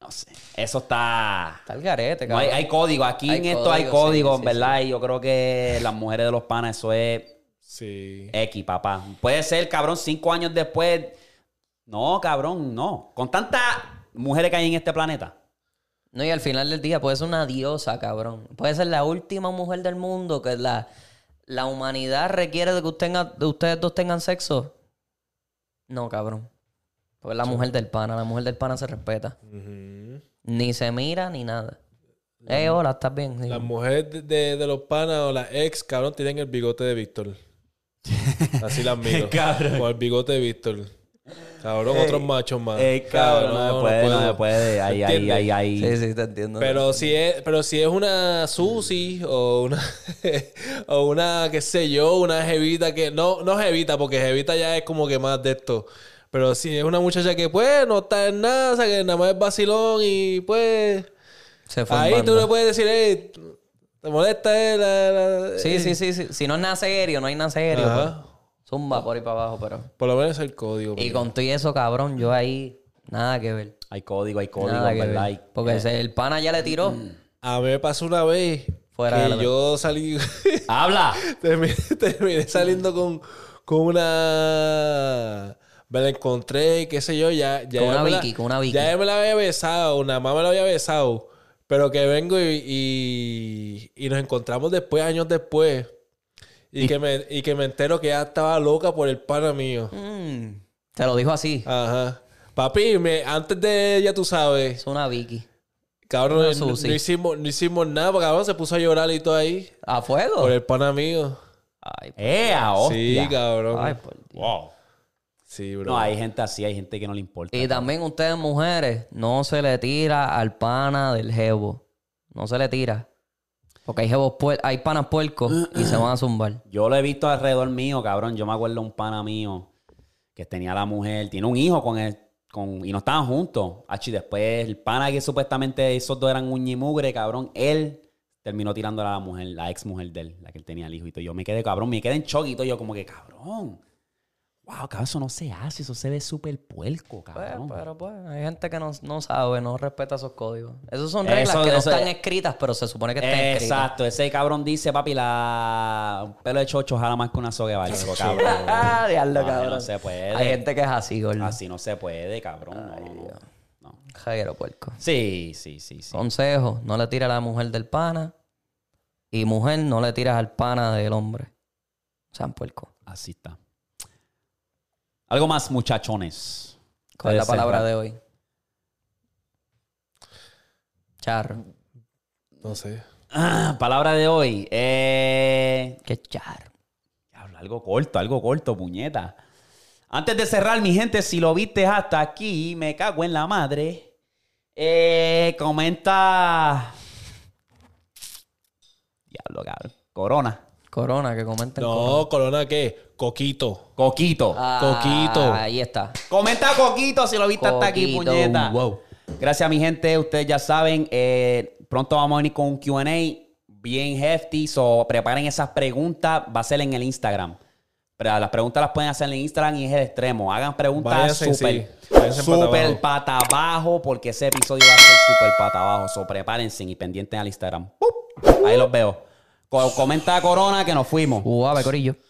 no sé. Eso está. Está el garete, No, cabrón. hay, hay código. Aquí Hay en esto hay código, sí, código, sí, ¿verdad? Y yo creo que las mujeres de los panas, eso es Sí. X, papá. Puede ser, cabrón, cinco años después. No, cabrón, no. Con tantas mujeres que hay en este planeta. No, y al final del día puede ser una diosa, cabrón. Puede ser la última mujer del mundo que la, la humanidad requiere de que usted tenga- de ustedes dos tengan sexo. No, cabrón. Pues la mujer del pana, la mujer del pana se respeta. Ujú. Ni se mira ni nada. Eh, hola, ¿estás bien? Sí. Las mujeres de, de- de los panas o las ex, cabrón, tienen el bigote <laughs> de Víctor. Así las miro. Cabrón. Con el bigote de Víctor. Cabrón, otros machos más. Eh, cabrón, no, me puede, no puedo. me puede. Ahí, ahí, ¿Entiendes? ahí, ahí. Sí, sí, te entiendo. Pero si es, pero si es una Susi o una <laughs> o una, qué sé yo, una jevita que. No, no jevita, porque jevita ya es como que más de esto. Pero si es una muchacha que, pues, no está en nada, o sea, que nada más es vacilón y, pues... Se fue en Ahí tú banda. le puedes decir, "Ey, te molesta, eh, la... la- Sí, sí, sí, sí. Si no es nada serio, no hay nada serio. eh, Ajá. pues. Zumba por ahí para abajo, pero. Por lo menos el código. Y porque- con todo y eso, cabrón, yo ahí nada que ver. Hay código, hay código, Nada que ¿verdad? ver. Porque ese- el pana ya le tiró. A mí me pasó una vez Fuera de que la- yo salí... <laughs> ¡Habla! terminé, terminé saliendo con, con una... Me la encontré, qué sé yo, ya... ya Con yo una me la- Vicky, con una Vicky. Ya yo me la había besado, nada más me la había besado. Pero que vengo y, y, y nos encontramos después, años después. Y, que me, y que me entero que ella estaba loca por el pana mío. Mm. Te lo dijo así. Ah. Ajá. Papi, me, antes de ya tú sabes, Es una Vicky. cabrón, Una no, no Susi. hicimos, no hicimos nada, porque cabrón se puso a llorar y todo ahí. ¿A fuego? Por el pana mío. Ay, ¡Ea, hostia! Sí, cabrón. ay, por Dios. Wow. Sí, bro. No, hay gente así, hay gente que no le importa. Y también ustedes, mujeres, no se le tira al pana del jebo. No se le tira. Porque hay jebos puer- hay panas puercos y se van a zumbar. Yo lo he visto alrededor mío, cabrón. Yo me acuerdo un pana mío que tenía la mujer, tiene un hijo con él con, y no estaban juntos. Ach, y después el pana que supuestamente esos dos eran un mugre, cabrón, él terminó tirándole a la mujer, la ex mujer de él, la que él tenía el hijo. Y todo. yo me quedé, cabrón, me quedé en shock y todo. Yo como que, cabrón, wow, cabrón, eso no se hace, eso se ve súper puerco, Pues, cabrón. pero pues, hay gente que no, no sabe, no respeta esos códigos. Esas son reglas Eso- que no eso- están escritas, pero se supone que están escritas. Exacto, ese cabrón dice, papi, la un pelo de chocho jala más que una soga de <laughs> barco, cabrón. Ah, diablo, No, cabrón. no se puede. Hay gente que es así, gordo. Así no se puede, cabrón. no, no, no. No. Jaguero puerco. Sí, sí, sí, sí. Consejo, no le tires a la mujer del pana. Y mujer, no le tiras al pana del hombre. Sean puerco. Así está. Algo más, muchachones. ¿Cuál es la Puede ser, palabra ¿verdad? de hoy? Charro. No sé. Ah, palabra de hoy. Eh, Qué charro. diablo, algo corto, algo corto, puñeta. Antes de cerrar, mi gente, si lo viste hasta aquí, me cago en la madre. Eh, comenta. Diablo, cabrón. Corona. Corona, que comenten. No, Corona, ¿qué? Coquito. Coquito. Ah. Coquito. Ahí está. Comenta Coquito si lo viste hasta aquí, Coquito, puñeta. wow. Gracias, mi gente. Ustedes ya saben, eh, pronto vamos a venir con un QA bien hefty. So, preparen esas preguntas. Va a ser en el Instagram. Pero las preguntas las pueden hacer en el Instagram y es el extremo. Hagan preguntas Váyanse, súper sí. Váyanse pata súper abajo. pata abajo porque ese episodio va a ser súper pata abajo. So, prepárense y pendientes al Instagram. ¡Pup! Ahí los veo. Co- comenta Corona que nos fuimos. Guave, corillo.